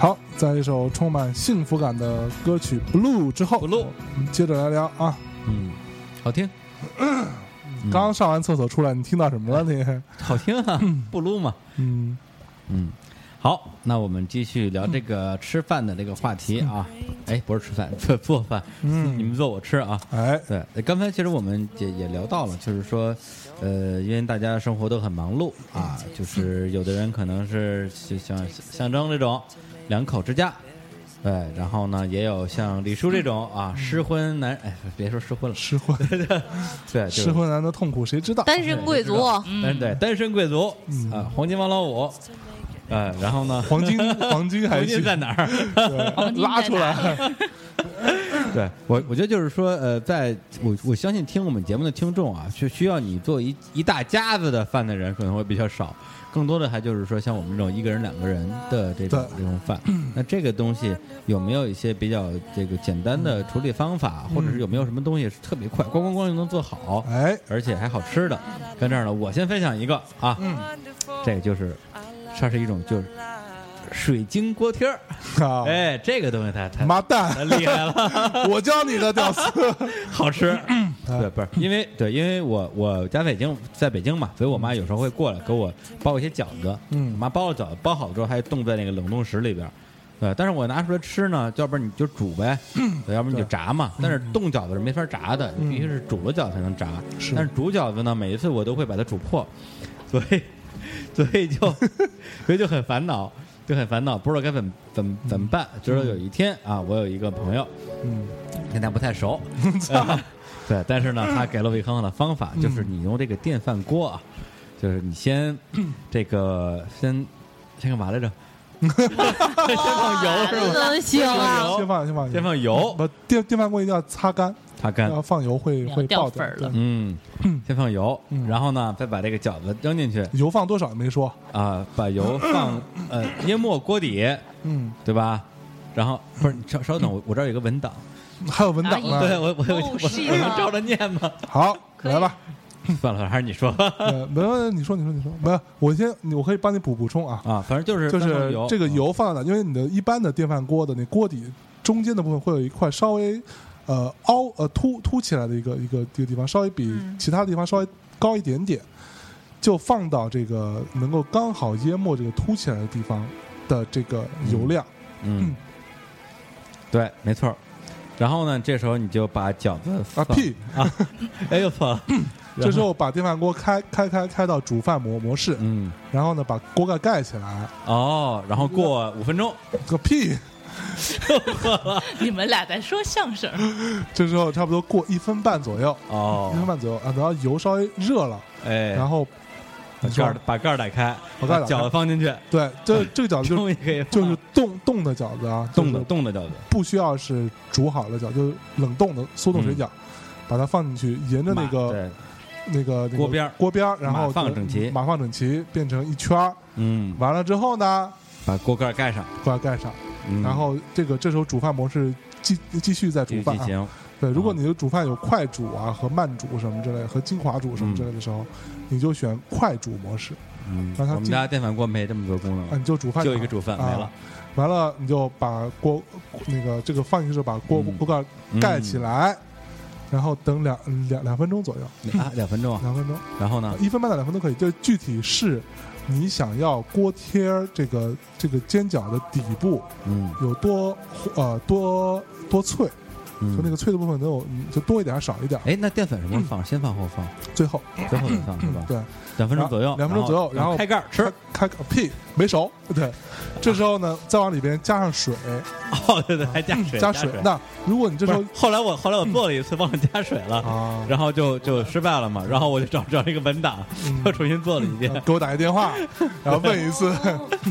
H: Oh,
A: 在一首充满幸福感的歌曲《Blue》之后，
B: 不录，
A: 我们接着来聊啊。
B: 嗯，好听，嗯
A: 刚上完厕所出来，你听到什么了？你， *laughs*
B: 好听啊，不录嘛，
A: 嗯，
B: 嗯，好，那我们继续聊这个吃饭的这个话题啊。哎，不是吃饭，做做饭，
A: 嗯
B: 你们做我吃啊。
A: 哎，
B: 对，呃刚才其实我们也也聊到了，就是说，呃，因为大家生活都很忙碌啊，就是有的人可能是像像象征这种两口之家，对，然后呢，也有像李叔这种啊失婚男，哎，别说失婚了，
A: 失婚，
B: *laughs* 对，就是
A: 失婚男的痛苦谁知道？
C: 单身贵族，
B: 单对单身贵族啊，黄金王老五，呃，然后呢，
A: 嗯黄
B: *laughs*
A: 金，黄金还
B: 黄金
A: 行，
B: 在哪儿？
A: 对
F: 金
A: 拉
F: 在
A: 出来，
B: 对我，我觉得就是说，呃，在我我相信听我们节目的听众啊，是需要你做一一大家子的饭的人可能会比较少，更多的还就是说像我们这种一个人、两个人的这种
A: 对
B: 这种饭。那这个东西有没有一些比较这个简单的处理方法，或
A: 嗯
B: 者是有没有什么东西是特别快，咣咣咣就能做好，
A: 哎，
B: 而且还好吃的？跟这儿呢，我先分享一个啊，
A: 嗯
B: 这个就是它是一种就是水晶锅贴儿，
A: 啊，
B: 哎，这个东西它它
A: 妈蛋，
B: 它厉害了。
A: 我教你的，屌
F: *laughs*
A: 丝，
B: 好吃。
A: 嗯
B: 对，不是因为对，因为我我家北京在北京嘛，所以我妈有时候会过来给我包一些饺子。
A: 嗯
B: 我妈包了饺子，包好之后还冻在那个冷冻室里边儿。对，但是我拿出来吃呢，要不然你就煮呗，
A: 嗯
B: 对要不然你就炸嘛。但是冻饺子是没法炸的，你必须是煮了饺子才能炸。
A: 是
B: 但是煮饺子呢，每一次我都会把它煮破，所以所以就 *laughs* 所以就很烦恼，就很烦恼，不知道该怎么怎么怎么办。直到有一天啊，我有一个朋友，
A: 嗯，
B: 跟他不太 *laughs* 熟，呃对，但是呢，他给了我一个很好的方法，就是你用这个电饭锅啊，就是你先这个先先干嘛来着？先放油嗯是吧？
C: 不嗯能行啊！
A: 先放，先放，
B: *laughs* 先放嗯油，
A: 不，电电饭锅一定要擦干，
B: 擦干。
A: 要放油会会
F: 掉
A: 爆
F: 粉儿了
A: 对
B: 嗯，先放油，然后呢，再把这个饺子扔进去
A: 油放多少没说，
B: 啊，把油放呃淹没锅底，
A: 嗯，
B: 对吧？然后不是，你稍稍等，我我这儿有个文档，
A: 还有文档
B: 对
A: 呢，
B: 我我我我
C: 哦是
B: 我能
C: 吗
B: 照着念吗？ *laughs*
A: 好，来吧，
B: 算了，还是你说吧。
A: 呃，没问题，你说，你说，你说，没有，我先，你我可以帮你补补充啊，
B: 啊，反正就是
A: 就
B: 三层
A: 是
B: 油嗯
A: 这个油放到哪，因为你的一般的电饭锅的那锅底中间的部分会有一块稍微呃凹呃凸凸起来的一个一个一个地方，稍微比其他地方稍微高一点点，就放到这个能够刚好淹没这个凸起来的地方的这个油量，
B: 嗯，对，没错儿。然后呢，这时候你就把饺子
A: 啊
B: 放
A: 屁！
B: 啊，哎呦错了，
A: 这时候把电饭锅开开开开到煮饭模模式，
B: 嗯
A: 然后呢把锅盖盖起来，
B: 哦，然后过五分钟，
A: 个屁！
F: 你们俩在说相声， *laughs*
A: 这时候差不多过一分半左右，一分
B: 哦，
A: 半左右啊，等到油稍微热了，
B: 哎，
A: 然后
B: 把
A: 你
B: 盖
A: 说
B: 儿把盖儿打开，
A: 把盖
B: 把
A: 儿打开
B: 饺子放进去，
A: 对这这个饺子就
B: *laughs* 终于可以放
A: 就是冻冻的饺子啊，
B: 嗯冻的
A: 就是
B: 冻的饺子，
A: 不需要是煮好了饺，就是冷冻的速冻水
B: 嗯
A: 饺，把它放进去，沿着那
B: 码
A: 个
B: 对，
A: 那个那个
B: 锅边儿
A: 锅边儿，然后
B: 码放
A: 就
B: 整齐
A: 码放整齐，变成一圈儿。
B: 嗯，
A: 完了之后呢，
B: 把锅盖儿盖上，
A: 把它盖上，
B: 嗯
A: 然后这个这时候煮饭模式继继续再
B: 继
A: 煮
B: 续
A: 饭
B: 进
A: 啊。
B: 行，嗯
A: 对，如果你的煮饭有快煮啊和慢煮什么之类和精华煮什么之类的时候，你就选快煮模式，
B: 嗯，
A: 让它
B: 我们
A: 进
B: 家电饭锅没这么多功
A: 啊，
B: 能，
A: 你就煮饭
B: 就一个
A: 好
B: 煮饭
A: 啊
B: 没了，
A: 完了，你就把锅那个这个放进去，之后把锅
B: 嗯
A: 锅盖盖起来，然后等两两两分钟左右，
B: 啊，两分钟啊，
A: 两分钟，
B: 然后呢，
A: 一分半到两分钟可以。就具体是你想要锅贴儿这个这个煎饺的底部
B: 嗯
A: 有多呃多多脆，就那
B: 嗯，
A: 个脆的部分能有就多一点儿少一点儿，
B: 哎，那淀粉什么时候放？先放后放？
A: 最后
B: 最后再哎放是吧？
A: 对
B: 两分钟左右，
A: 两分钟左右然后
B: 开盖儿吃。
A: 开个屁没熟，
B: 啊
A: 对，这时候呢再往里边加上水，
B: 哦，对对，还加水，
A: 加
B: 水
A: 水。。那如果你这时
B: 不
A: 候
B: 是，后来我后来我做了一次，忘了加水了，
A: 啊，
B: 然后就就失败了嘛。然后我就找找那个文档，
A: 嗯
B: 又重新做了一遍。
A: 给我打一电
B: *laughs*
A: 话，然后问一次。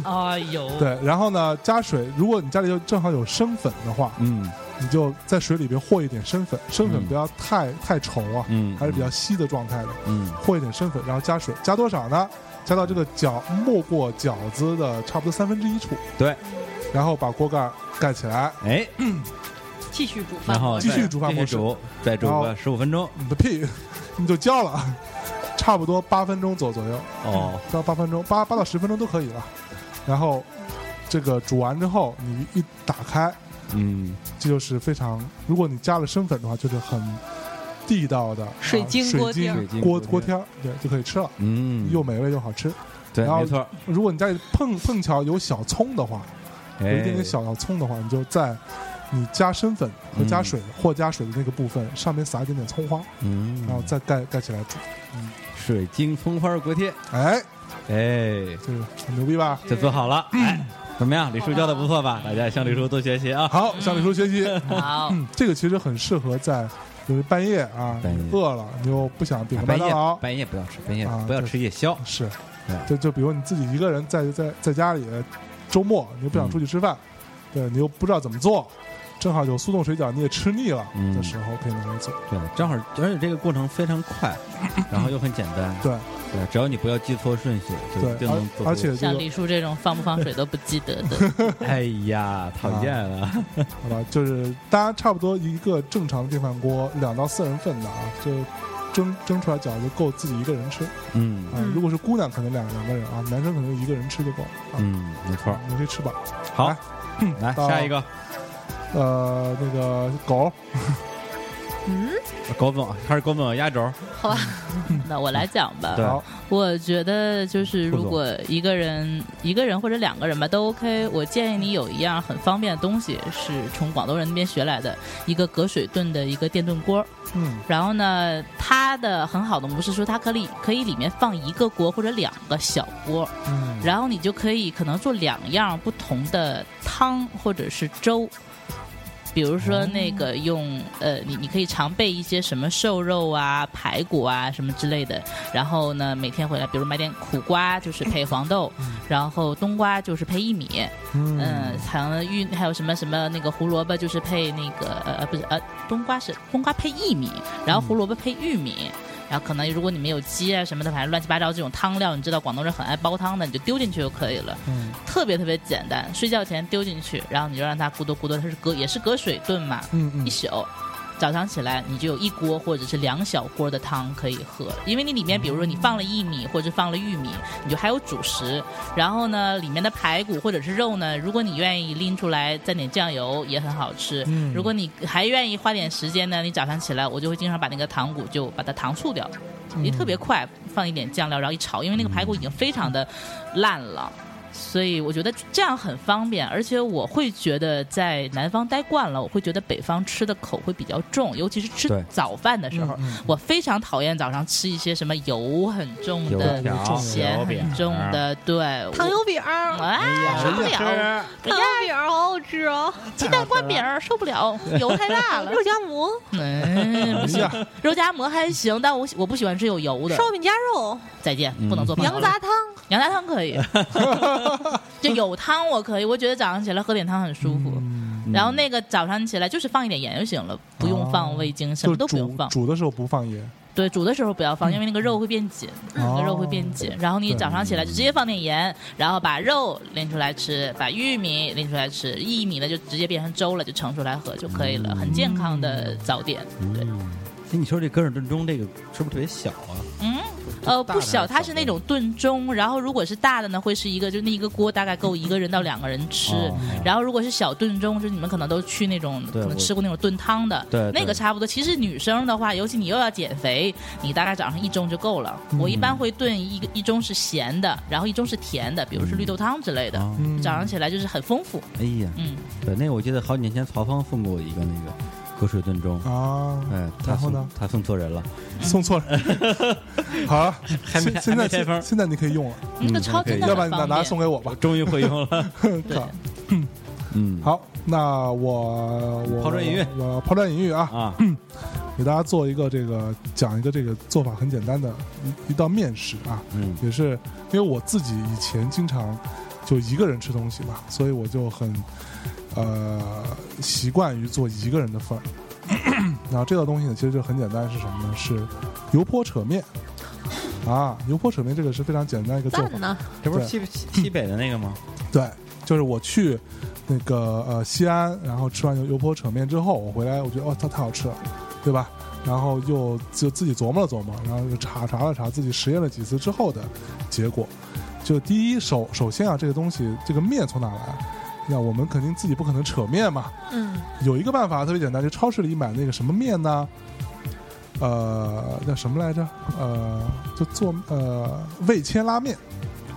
F: 哎呦，
A: 对，然后呢，加水。如果你家里就正好有生粉的话，
B: 嗯
A: 你就在水里边和一点生粉，生粉
B: 嗯
A: 不要太、太稠啊，
B: 嗯
A: 还是比较稀的状态的，
B: 嗯
A: 和一点生粉，然后加水，加多少呢？加到这个饺没过饺子的差不多三分之一处，
B: 对，
A: 然后把锅盖盖起来。
B: 哎，
C: 继续煮饭
B: 然，后
A: 继续
B: 再
A: 煮饭
B: 继
A: 模
B: 续
A: 式
B: 煮，再煮
A: 然
B: 个
A: 后
B: 十五分钟。
A: 你的屁， *laughs* 你就焦了，差不多八分钟左左右，
B: 哦，
A: 到八分钟，八八到十分钟都可以了。然后这个煮完之后，你一打开，
B: 嗯，
A: 这就是非常，如果你加了生粉的话，就是很地道的
C: 水
A: 啊
C: 晶
A: 水
C: 锅贴儿
B: 水
A: 晶
B: 晶
A: 锅
B: 锅
A: 锅
B: 贴
A: 贴儿，对，就可以吃了，
B: 嗯，
A: 又美味又好吃。
B: 对，
A: 然后
B: 没错，
A: 如果你家里碰碰巧有小葱的话，
B: 哎
A: 有一点点小小葱的话，你就在你加生粉和加水、或加水的那个部分上面撒一点点葱花，
B: 哎，嗯，
A: 然后再盖盖起来煮。
B: 水晶葱花锅贴，
A: 哎，
B: 哎，
A: 这个很牛逼吧？
B: 这做好
A: 嗯
B: 了，哎，怎么样？李叔教的不错吧？大家向李叔多学习啊！
A: 好，向李叔学习。
B: *laughs*
F: *laughs* 好，
A: 嗯，这个其实很适合在就是半夜啊
B: 半夜，
A: 饿了你又不想点个麦
B: 半
A: 当
B: 夜
A: 劳，
B: 半夜不要吃，半夜
A: 啊
B: 不要
A: 对
B: 吃夜宵，
A: 是
B: 对，
A: 就就比如你自己一个人在在在家里，周末你又不想出去吃饭，对你又不知道怎么做，正好有速冻水饺你也吃腻了、
B: 嗯
A: 的时候可以拿来做。
B: 对，正好，而且这个过程非
A: *laughs*
B: 常快，然后又很简单，
A: 对
B: 对，只要你不要记错顺序，就一
A: 对，
B: 定能做出。
A: 而而且这
F: 像
A: 个
F: 李叔这种放不放水都不记得 *laughs* 的，
B: 哎呀，讨厌啊了，
A: 啊好吧，就是大家差不多一个正常的电饭锅两到四人份的啊，就蒸蒸出来饺子够自己一个人吃啊。
B: *laughs* 嗯
C: 嗯
A: 如果是姑娘可能两两个人啊，男生可能一个人吃就够了啊。
B: 嗯，没错。
A: 你可以吃饱。
B: 好
A: 来，嗯
B: 来
A: 到
B: 下一个
A: 呃，那个狗
C: 嗯，
B: 狗总，还是狗总压轴，
F: 那我来讲吧。
B: 对
A: 好，
F: *laughs* 我觉得就是如果一个人一个人或者两个人吧都 OK，我建议你有一样很方便的东西是从广东人那边学来的，一个隔水炖的一个电炖锅。
A: 嗯
F: 然后呢，它的很好的模式说它可以可以里面放一个锅或者两个小锅，
A: 嗯，
F: 然后你就可以可能做两样不同的汤或者是粥。比如
A: 哦
F: 说那个用、呃，你你可以常备一些什么瘦肉啊、排骨啊什么之类的，然后呢每天回来，比如买点苦瓜就是配黄豆，然后冬瓜就是配薏米，
A: 嗯
F: 嗯，还有玉还有什么什么那个胡萝卜，就是配那个呃呃不是呃冬瓜是冬瓜配薏米，然后胡萝卜配玉米。然后可能如果你们有鸡啊什么的，反正乱七八糟这种汤料，你知道广东人很爱煲汤的，你就丢进去就可以了，
A: 嗯
F: 特别特别简单。睡觉前丢进去，然后你就让它咕嘟咕嘟，它是隔也是隔水炖嘛，
A: 嗯嗯
F: 一宿。早上起来，你就有一锅或者是两小锅的汤可以喝，因为你里面，比如说你放了薏米或者放了玉米，你就还有主食。然后呢，里面的排骨或者是肉呢，如果你愿意拎出来蘸点酱油也很好吃。
A: 嗯
F: 如果你还愿意花点时间呢，你早上起来我就会经常把那个糖骨就把它糖醋掉，也特别快，放一点酱料，然后一炒，因为那个排骨已经非常的烂了。所以我觉得这样很方便，而且我会觉得在南方待惯了，我会觉得北方吃的口会比较重，尤其是吃
B: 对
F: 早饭的时候，
A: 嗯嗯
F: 我非常讨厌早上吃一些什么油很重
B: 油
F: 的、
B: 条、
F: 咸
B: 油饼
F: 很重，的，对，我
C: 糖油饼儿，
F: 啊，受不了，
B: 吃
F: 哎
C: 嗯糖
F: 呀，
C: 油饼儿好好吃哦，
F: 鸡蛋灌饼儿受不了，油太大了
C: 肉，夹馍、
F: 嗯，不
A: 哎
F: 行，
A: 呀，
F: 肉夹馍还行，但我喜我不喜欢吃有油的，
C: 烧饼夹肉、
F: 再见
B: 嗯，
F: 不能做朋友
C: 羊
F: 了
C: 杂汤，
F: 羊杂汤可以，就有汤我可以，我觉得早上起来喝点汤很舒服。
A: 嗯
F: 然后那个早上起来就是放一点盐就行了，不用放味精，什
A: 就
F: 么都不用
A: 煮嗯
F: 放。
A: 煮的时候不放盐，
F: 对，煮的时候不要放，因为那个肉会变紧，那
A: 哦
F: 个肉会变紧。然后你早上起来就直接放点盐，然后把肉拎出来吃，把玉米拎出来吃，薏米呢就直接变成粥了，就盛出来喝就可以了，很健康的早点。对，
B: 哎，你说这格尔顿中这个是不是特别小啊？
F: 嗯，
B: 大
F: 呃，
B: 的
F: 不
B: 还是
F: 小，
B: 小
F: 它是
B: 的
F: 那种炖盅，然后如果是大的呢，会是一个，就那一个锅大概够一个人到两个人吃。
B: 哦
F: 然后如果是小炖盅，就是你们可能都去那种，
B: 对
F: 可能
B: 我
F: 吃过那种炖汤的，
B: 对对
F: 那个差不多。其实女生的话，尤其你又要减肥，你大概早上一盅就够了。
B: 嗯
F: 我一般会炖一个一盅是咸的，然后一盅是甜的，比如是绿豆汤之类的。
B: 哦
A: 嗯
F: 早上起来就是很丰富，
B: 哎呀，
F: 嗯，
B: 对，那我记得好几年前曹芳送过我一个那个隔水炖盅，
A: 啊，
B: 哎，他
A: 然后
B: 送
A: 呢
B: 他送错人了，
F: 嗯
A: 送
F: *laughs*
A: 错人，好了，
B: 还没
A: 现现
B: 还
A: 在
B: 没开封
A: 现现在你可以用了，
F: 那个
B: 嗯
F: 超
B: 可以
F: 真的
A: 要不然
F: 很
A: 你拿
F: 方
A: 拿
F: 便。
A: 送给我吧。
B: 终于会用了，
F: 对，
B: *laughs* 嗯，
A: 好，那我我
B: 抛砖引玉
A: 我抛砖引玉啊，
B: 啊，
A: 给大家做一个这个讲一个这个做法很简单的一一道面食啊，
B: 嗯
A: 也是因为我自己以前经常就一个人吃东西嘛，所以我就很呃习惯于做一个人的份儿。 *clears throat* 然后这道东西呢，其实就很简单，是什么呢？是油泼扯面啊，油泼扯面这个是非常简单一个做法
C: 赞。呢，
B: 这不是
A: 对
B: 西西西北的那个吗？
A: 对，就是我去那个呃西安，然后吃完油油泼扯面之后，我回来我觉得哦，它太好吃了，对吧？然后又就自己琢磨了琢磨，然后就查查了查自己实验了几次之后的结果。就第一首首先啊，这个东西这个面从哪来？那我们肯定自己不可能扯面嘛。
C: 嗯，
A: 有一个办法特别简单，就超市里买那个什么面呢？呃，叫什么来着？呃，就做呃味千拉面。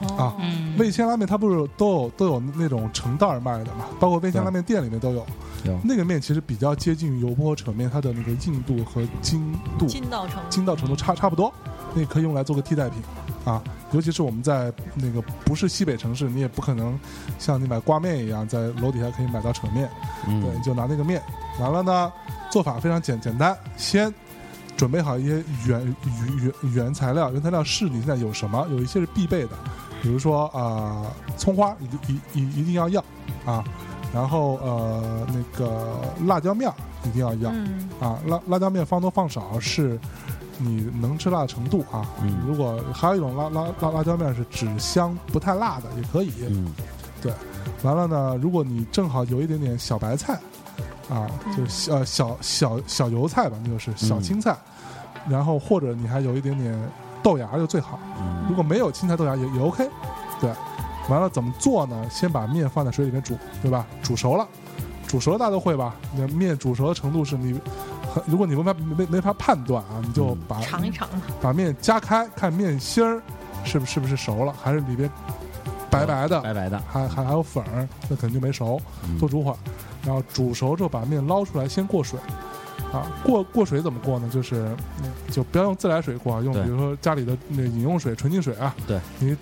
C: 哦
A: 啊
F: 嗯，
A: 味千拉面它不是都有都有那种成袋儿卖的嘛，包括味千拉面店里面都有。
B: 有
A: 那个面其实比较接近于油泼扯面，它的那个硬度和筋度、
C: 进到城，
A: 筋道程度差差不多，那可以用来做个替代品啊。尤其是我们在那个不是西北城市，你也不可能像你买挂面一样，在楼底下可以买到扯面。对，
B: 嗯
A: 就拿那个面，完了呢，做法非常简简单，先准备好一些原原原原材料，原材料是你现在有什么，有一些是必备的，比如说啊、葱花一定一一一定要要啊，然后呃那个辣椒面儿一定要要、
C: 嗯，
A: 啊，辣辣椒面放多放少是你能吃辣的程度啊，
B: 嗯
A: 如果还有一种辣辣辣辣椒面是只香不太辣的也可以，
B: 嗯，
A: 完了呢，如果你正好有一点点小白菜，啊，
C: 嗯
A: 就是小呃小小小油菜吧，那就是小青菜，
C: 嗯
A: 然后或者你还有一点点豆芽就最好。
B: 嗯
A: 如果没有青菜豆芽也也 OK，对。完了怎么做呢？先把面放在水里面煮，对吧？煮熟了，煮熟了大家都会吧？那面煮熟的程度是你，很如果你没法没没法判断啊，你就
B: 嗯
A: 把
C: 尝一尝，
A: 把面夹开，看面芯儿是不是不是熟了，还是里边白白的，
B: 白白的，
A: 还还还有粉儿，那肯定没熟，
B: 嗯
A: 多煮会儿，然后煮熟之后把面捞出来，先过水。啊，过过水怎么过呢？就是，嗯就不要用自来水过啊，用
B: 对
A: 比如说家里的那饮用水、纯净水啊。
B: 对，
A: 你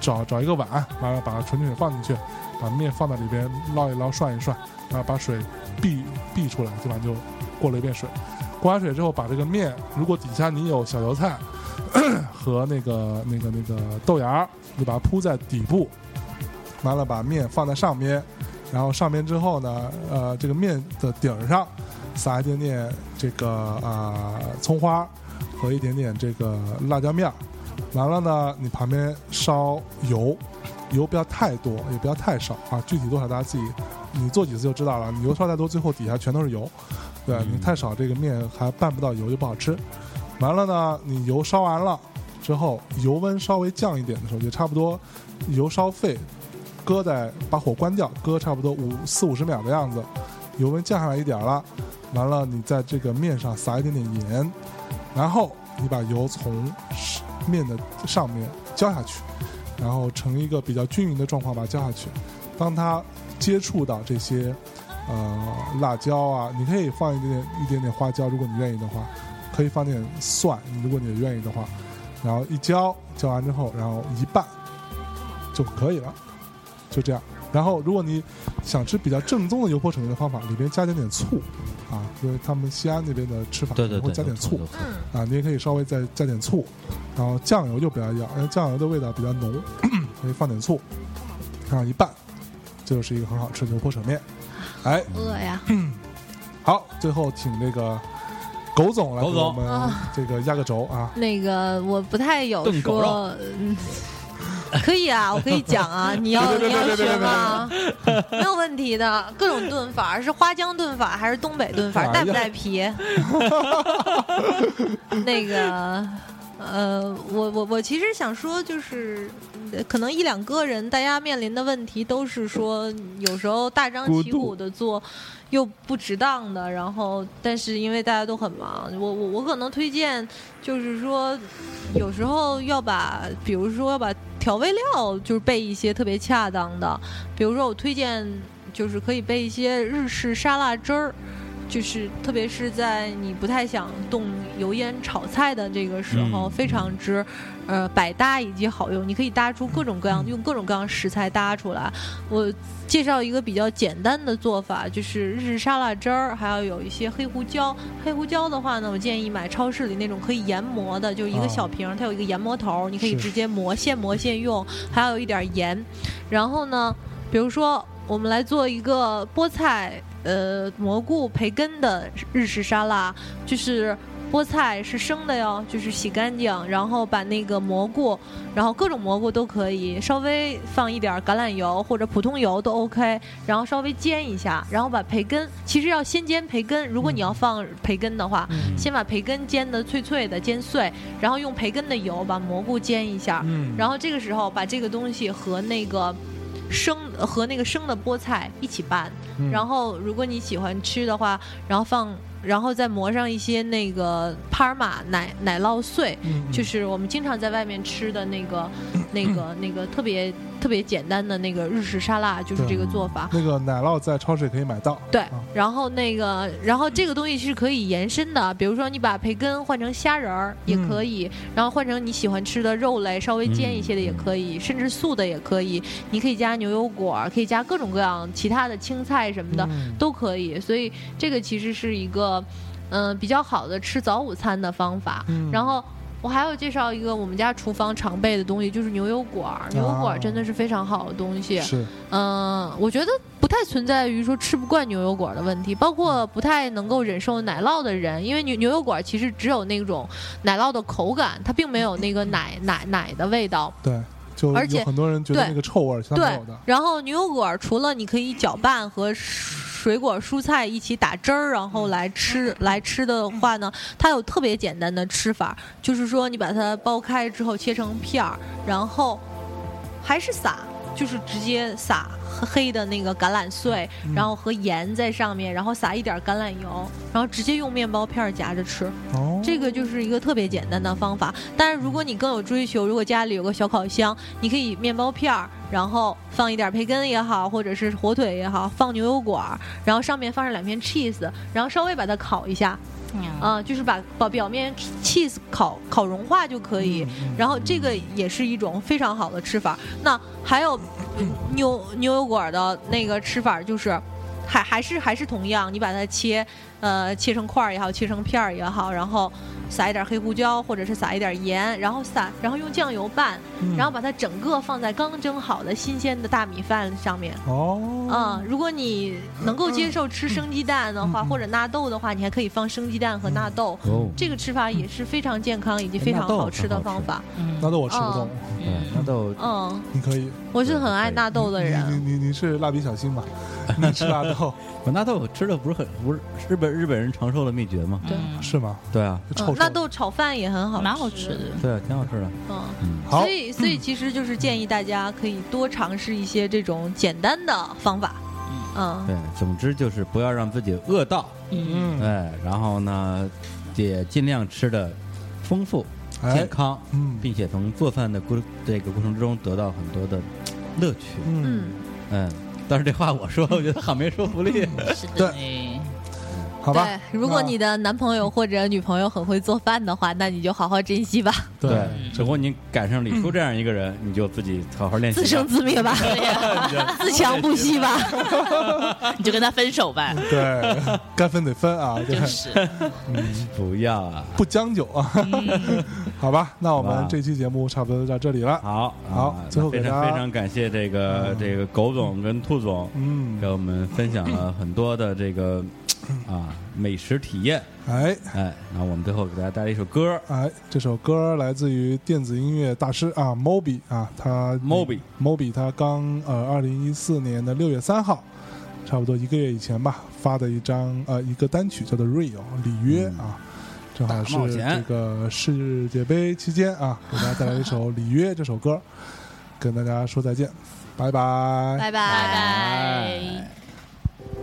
A: 找找一个碗，完了把纯净水放进去，把面放到里边捞一捞、涮一涮，然后把水避避出来，基本上就过了一遍水。过完水之后，把这个面，如果底下你有小油菜 *coughs* 和那个那个那个豆芽儿，你把它铺在底部，完了把面放在上面，然后上面之后呢，呃，这个面的顶儿上撒一点点这个啊、呃葱花和一点点这个辣椒面儿，完了呢，你旁边烧油，油不要太多，也不要太少啊，具体多少大家自己你做几次就知道了。你油烧太多，最后底下全都是油，对
B: 嗯
A: 你太少，这个面还拌不到油就不好吃。完了呢，你油烧完了之后，油温稍微降一点的时候，也差不多油烧沸，搁在把火关掉，搁差不多五四五十秒的样子，油温降下来一点儿了。完了，你在这个面上撒一点点盐，然后你把油从面的上面浇下去，然后呈一个比较均匀的状况把它浇下去。当它接触到这些呃辣椒啊，你可以放一点点一点点花椒，如果你愿意的话，可以放点蒜，如果你也愿意的话，然后一浇，浇完之后，然后一拌就可以了，就这样。然后，如果你想吃比较正宗的油泼扯面的方法，里边加点点醋啊，因为他们西安那边的吃法
B: 对对
A: 会
B: 对，
A: 加点醋，
C: 嗯，
A: 啊，你也可以稍微再加点醋，然后酱油就不要要，因为酱油的味道比较浓， *clears throat* 可以放点醋，然后一拌，这就是一个很好吃的油泼扯面。哎，
C: 饿呀，
A: 好，最后请这个狗总来给
B: 狗总
A: 我们这个压个轴啊。
C: 那个我不太有
B: 炖狗
C: 说
B: 肉，
C: 嗯，可以啊，我可以讲啊，你要
A: 别别
C: 你要
A: 别别别
C: 学吗？没有问题的，各种炖法是花江炖法还是东北炖
A: 哎
C: 法，
A: 呀
C: 带不带皮？那个。呃，我我我其实想说，就是呃可能一两个人，大家面临的问题都是说，有时候大张旗鼓的做，又不值当的，然后但是因为大家都很忙，我我我可能推荐就是说，有时候要把，比如说要把调味料就是备一些特别恰当的，比如说我推荐就是可以备一些日式沙拉汁儿。就是，特别是在你不太想动油烟炒菜的这个时候，
B: 嗯
C: 非常之，呃，百搭以及好用。你可以搭出各种各样，用各种各样食材搭出来。我介绍一个比较简单的做法，就是日式沙拉汁儿，还要有一些黑胡椒。黑胡椒的话呢，我建议买超市里那种可以研磨的，就是一
A: 哦
C: 个小瓶儿，它有一个研磨头儿，你可以
A: 是
C: 直接磨，现磨现用。还有一点儿盐，然后呢，比如说我们来做一个菠菜、呃蘑菇、培根的日式沙拉，就是。菠菜是生的哟，就是洗干净，然后把那个蘑菇，然后各种蘑菇都可以，稍微放一点橄榄油或者普通油都 OK，然后稍微煎一下，然后把培根，其实要先煎培根，如果你要放培根的话，
A: 嗯
C: 先把培根煎的脆脆的，煎碎，然后用培根的油把蘑菇煎一下，
A: 嗯，
C: 然后这个时候把这个东西和那个生和那个生的菠菜一起拌，
A: 嗯
C: 然后如果你喜欢吃的话，然后放，然后再磨上一些那个帕尔玛奶奶酪碎，
A: 嗯嗯
C: 就是我们经常在外面吃的那个、那个、那个特别特别简单的那个日式沙拉，就是这个做法。
A: 那个奶酪在超市也可以买到，
C: 对
A: 啊，
C: 然后那个，然后这个东西是可以延伸的，比如说你把培根换成虾仁儿也
A: 嗯
C: 可以，然后换成你喜欢吃的肉类，稍微煎一些的也可
A: 嗯
C: 以，甚至素的也可以。你可以加牛油果儿，可以加各种各样其他的青菜什么的、
A: 嗯
C: 都可以。所以这个其实是一个，嗯、比较好的吃早午餐的方法。
A: 嗯
C: 然后我还有介绍一个我们家厨房常备的东西，就是牛油果
A: 哦
C: 儿。牛油果儿真的是非常好的东西。
A: 是
C: 嗯，我觉得不太存在于说吃不惯牛油果的问题，包括不太能够忍受奶酪的人，因为牛牛油果其实只有那种奶酪的口感，它并没有那个奶奶奶的味道。
A: 对，就
C: 而且
A: 有很多人觉得
C: 对
A: 那个臭味儿，其实没
C: 对
A: 有的，，
C: 然后牛油果除了你可以搅拌和水果、蔬菜一起打汁儿，然后来吃来吃的话呢，它有特别简单的吃法，就是说你把它剥开之后切成片儿，然后还是撒，就是直接撒黑的那个橄榄碎，
A: 嗯
C: 然后和盐在上面，然后撒一点橄榄油，然后直接用面包片儿夹着吃。
A: 哦，
C: 这个就是一个特别简单的方法。但是如果你更有追求，如果家里有个小烤箱，你可以面包片儿，然后放一点培根也好，或者是火腿也好，放牛油果儿，然后上面放上两片 cheese，然后稍微把它烤一下，啊、就是把把表面 cheese 烤烤融化就可
A: 嗯
C: 以。然后这个也是一种非常好的吃法。那还有牛牛油果的那个吃法就是。还还是还是同样，你把它切，呃，切成块儿也好，切成片儿也好，然后撒一点黑胡椒，或者是撒一点盐，然后撒，然后用酱油拌，
A: 嗯
C: 然后把它整个放在刚蒸好的新鲜的大米饭上面。
A: 哦，
C: 啊、如果你能够接受吃生鸡蛋的
A: 嗯
C: 话，
A: 嗯
C: 或者纳豆的话，你还可以放生鸡蛋和纳豆。
B: 哦，
C: 这个吃法也是非常健康以及
B: 哎
C: 非
B: 纳
C: 常
B: 豆
C: 好
B: 很
C: 吃的
B: 好
C: 方
B: 吃
C: 法。
A: 纳
B: 嗯
A: 豆我吃不懂，
B: 对，那都
C: 嗯，
A: 你可以，
C: 我是很爱纳豆的
A: 你
C: 人。嗯
A: 你你你是蜡笔小新吧？你吃纳
C: *laughs*
A: 豆
B: 纳豆吃的不是很不是日本日本人长寿的秘诀吗？
C: 对
F: 嗯
A: 是吗？
B: 对啊，
A: 就臭
C: 嗯
A: 臭，的
C: 纳豆炒饭也很好，
F: 蛮好吃。的。
B: 对啊，挺好吃的。
C: 嗯，
A: 好
C: 所，以所以其实就是建议大家可以多尝试一些这种简单的方法。嗯，
B: 对，总之就是不要让自己饿到，
F: 嗯，
A: 嗯，
B: 哎，然后呢，也尽量吃的丰富、
A: 哎
B: 健，康，
A: 嗯
B: 并且从做饭的过这个过程之中得到很多的乐趣。
A: 嗯
C: 嗯。
B: 嗯，但是这话我说，我觉得好没说服力。
F: 是
A: 对
F: 的哎呢。
A: 好吧
C: 嗯对，，如果
A: 那
C: 你的男朋友或者女朋友很会做饭的话，那你就好好珍惜吧，
A: *laughs* 对，
B: 如果你赶上李叔这样一个人，你就自己好好练习吧。
C: 自
B: *laughs*
C: 生自灭
F: *laughs*
C: 吧，自强不息吧。
F: 你就跟他分手吧，
A: 对，该分得分
B: *laughs*
A: 啊，对
F: 就，是。
B: 不要啊！
A: 不将就啊，好吧，那我
B: 嗯好
A: 们
B: 吧
A: 这期节目差不多就到这里了，
B: 好，
A: 好
B: 啊
A: 最后
B: 非
A: 给
B: 常
A: 大
B: 非
A: 家
B: 常感谢这个这个狗总跟兔总，
A: 嗯
B: 给，我们分享了很多的这个啊美食体验。
A: 哎
B: 哎，然后我们最后给大家带来一首歌
A: 哎，这首歌来自于电子音乐大师啊，Moby 啊，他
B: Moby
A: Moby 他刚呃，二零一四年的六月三号。差不多一个月以前吧，发的一张呃一个单曲叫做《Rio 里约》啊，正好
B: 嗯大冒
A: 是这
B: 险
A: 个世界杯期间啊，给大家带来一首《里约》这首歌，跟大家说再见，拜拜。
C: 拜拜
F: 拜拜。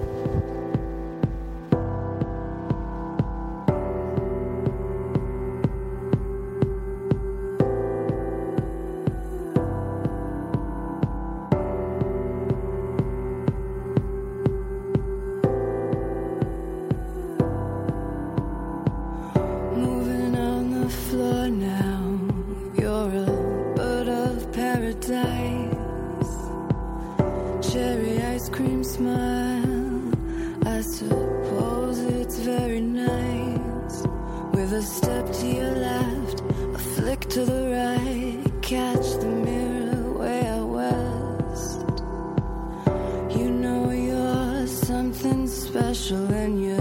G: Moving on the floor now. You're a bird of paradise. Cherry ice cream smile. I suppose it's very nice. With a step to your left, a flick to the right. Catch the mirror way out west. You know you're something special and you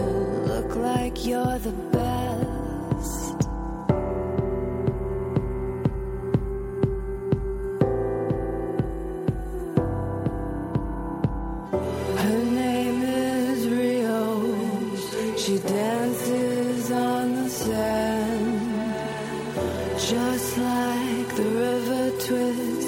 G: look like you're the best. Just like the river twists
H: Oh, Mm.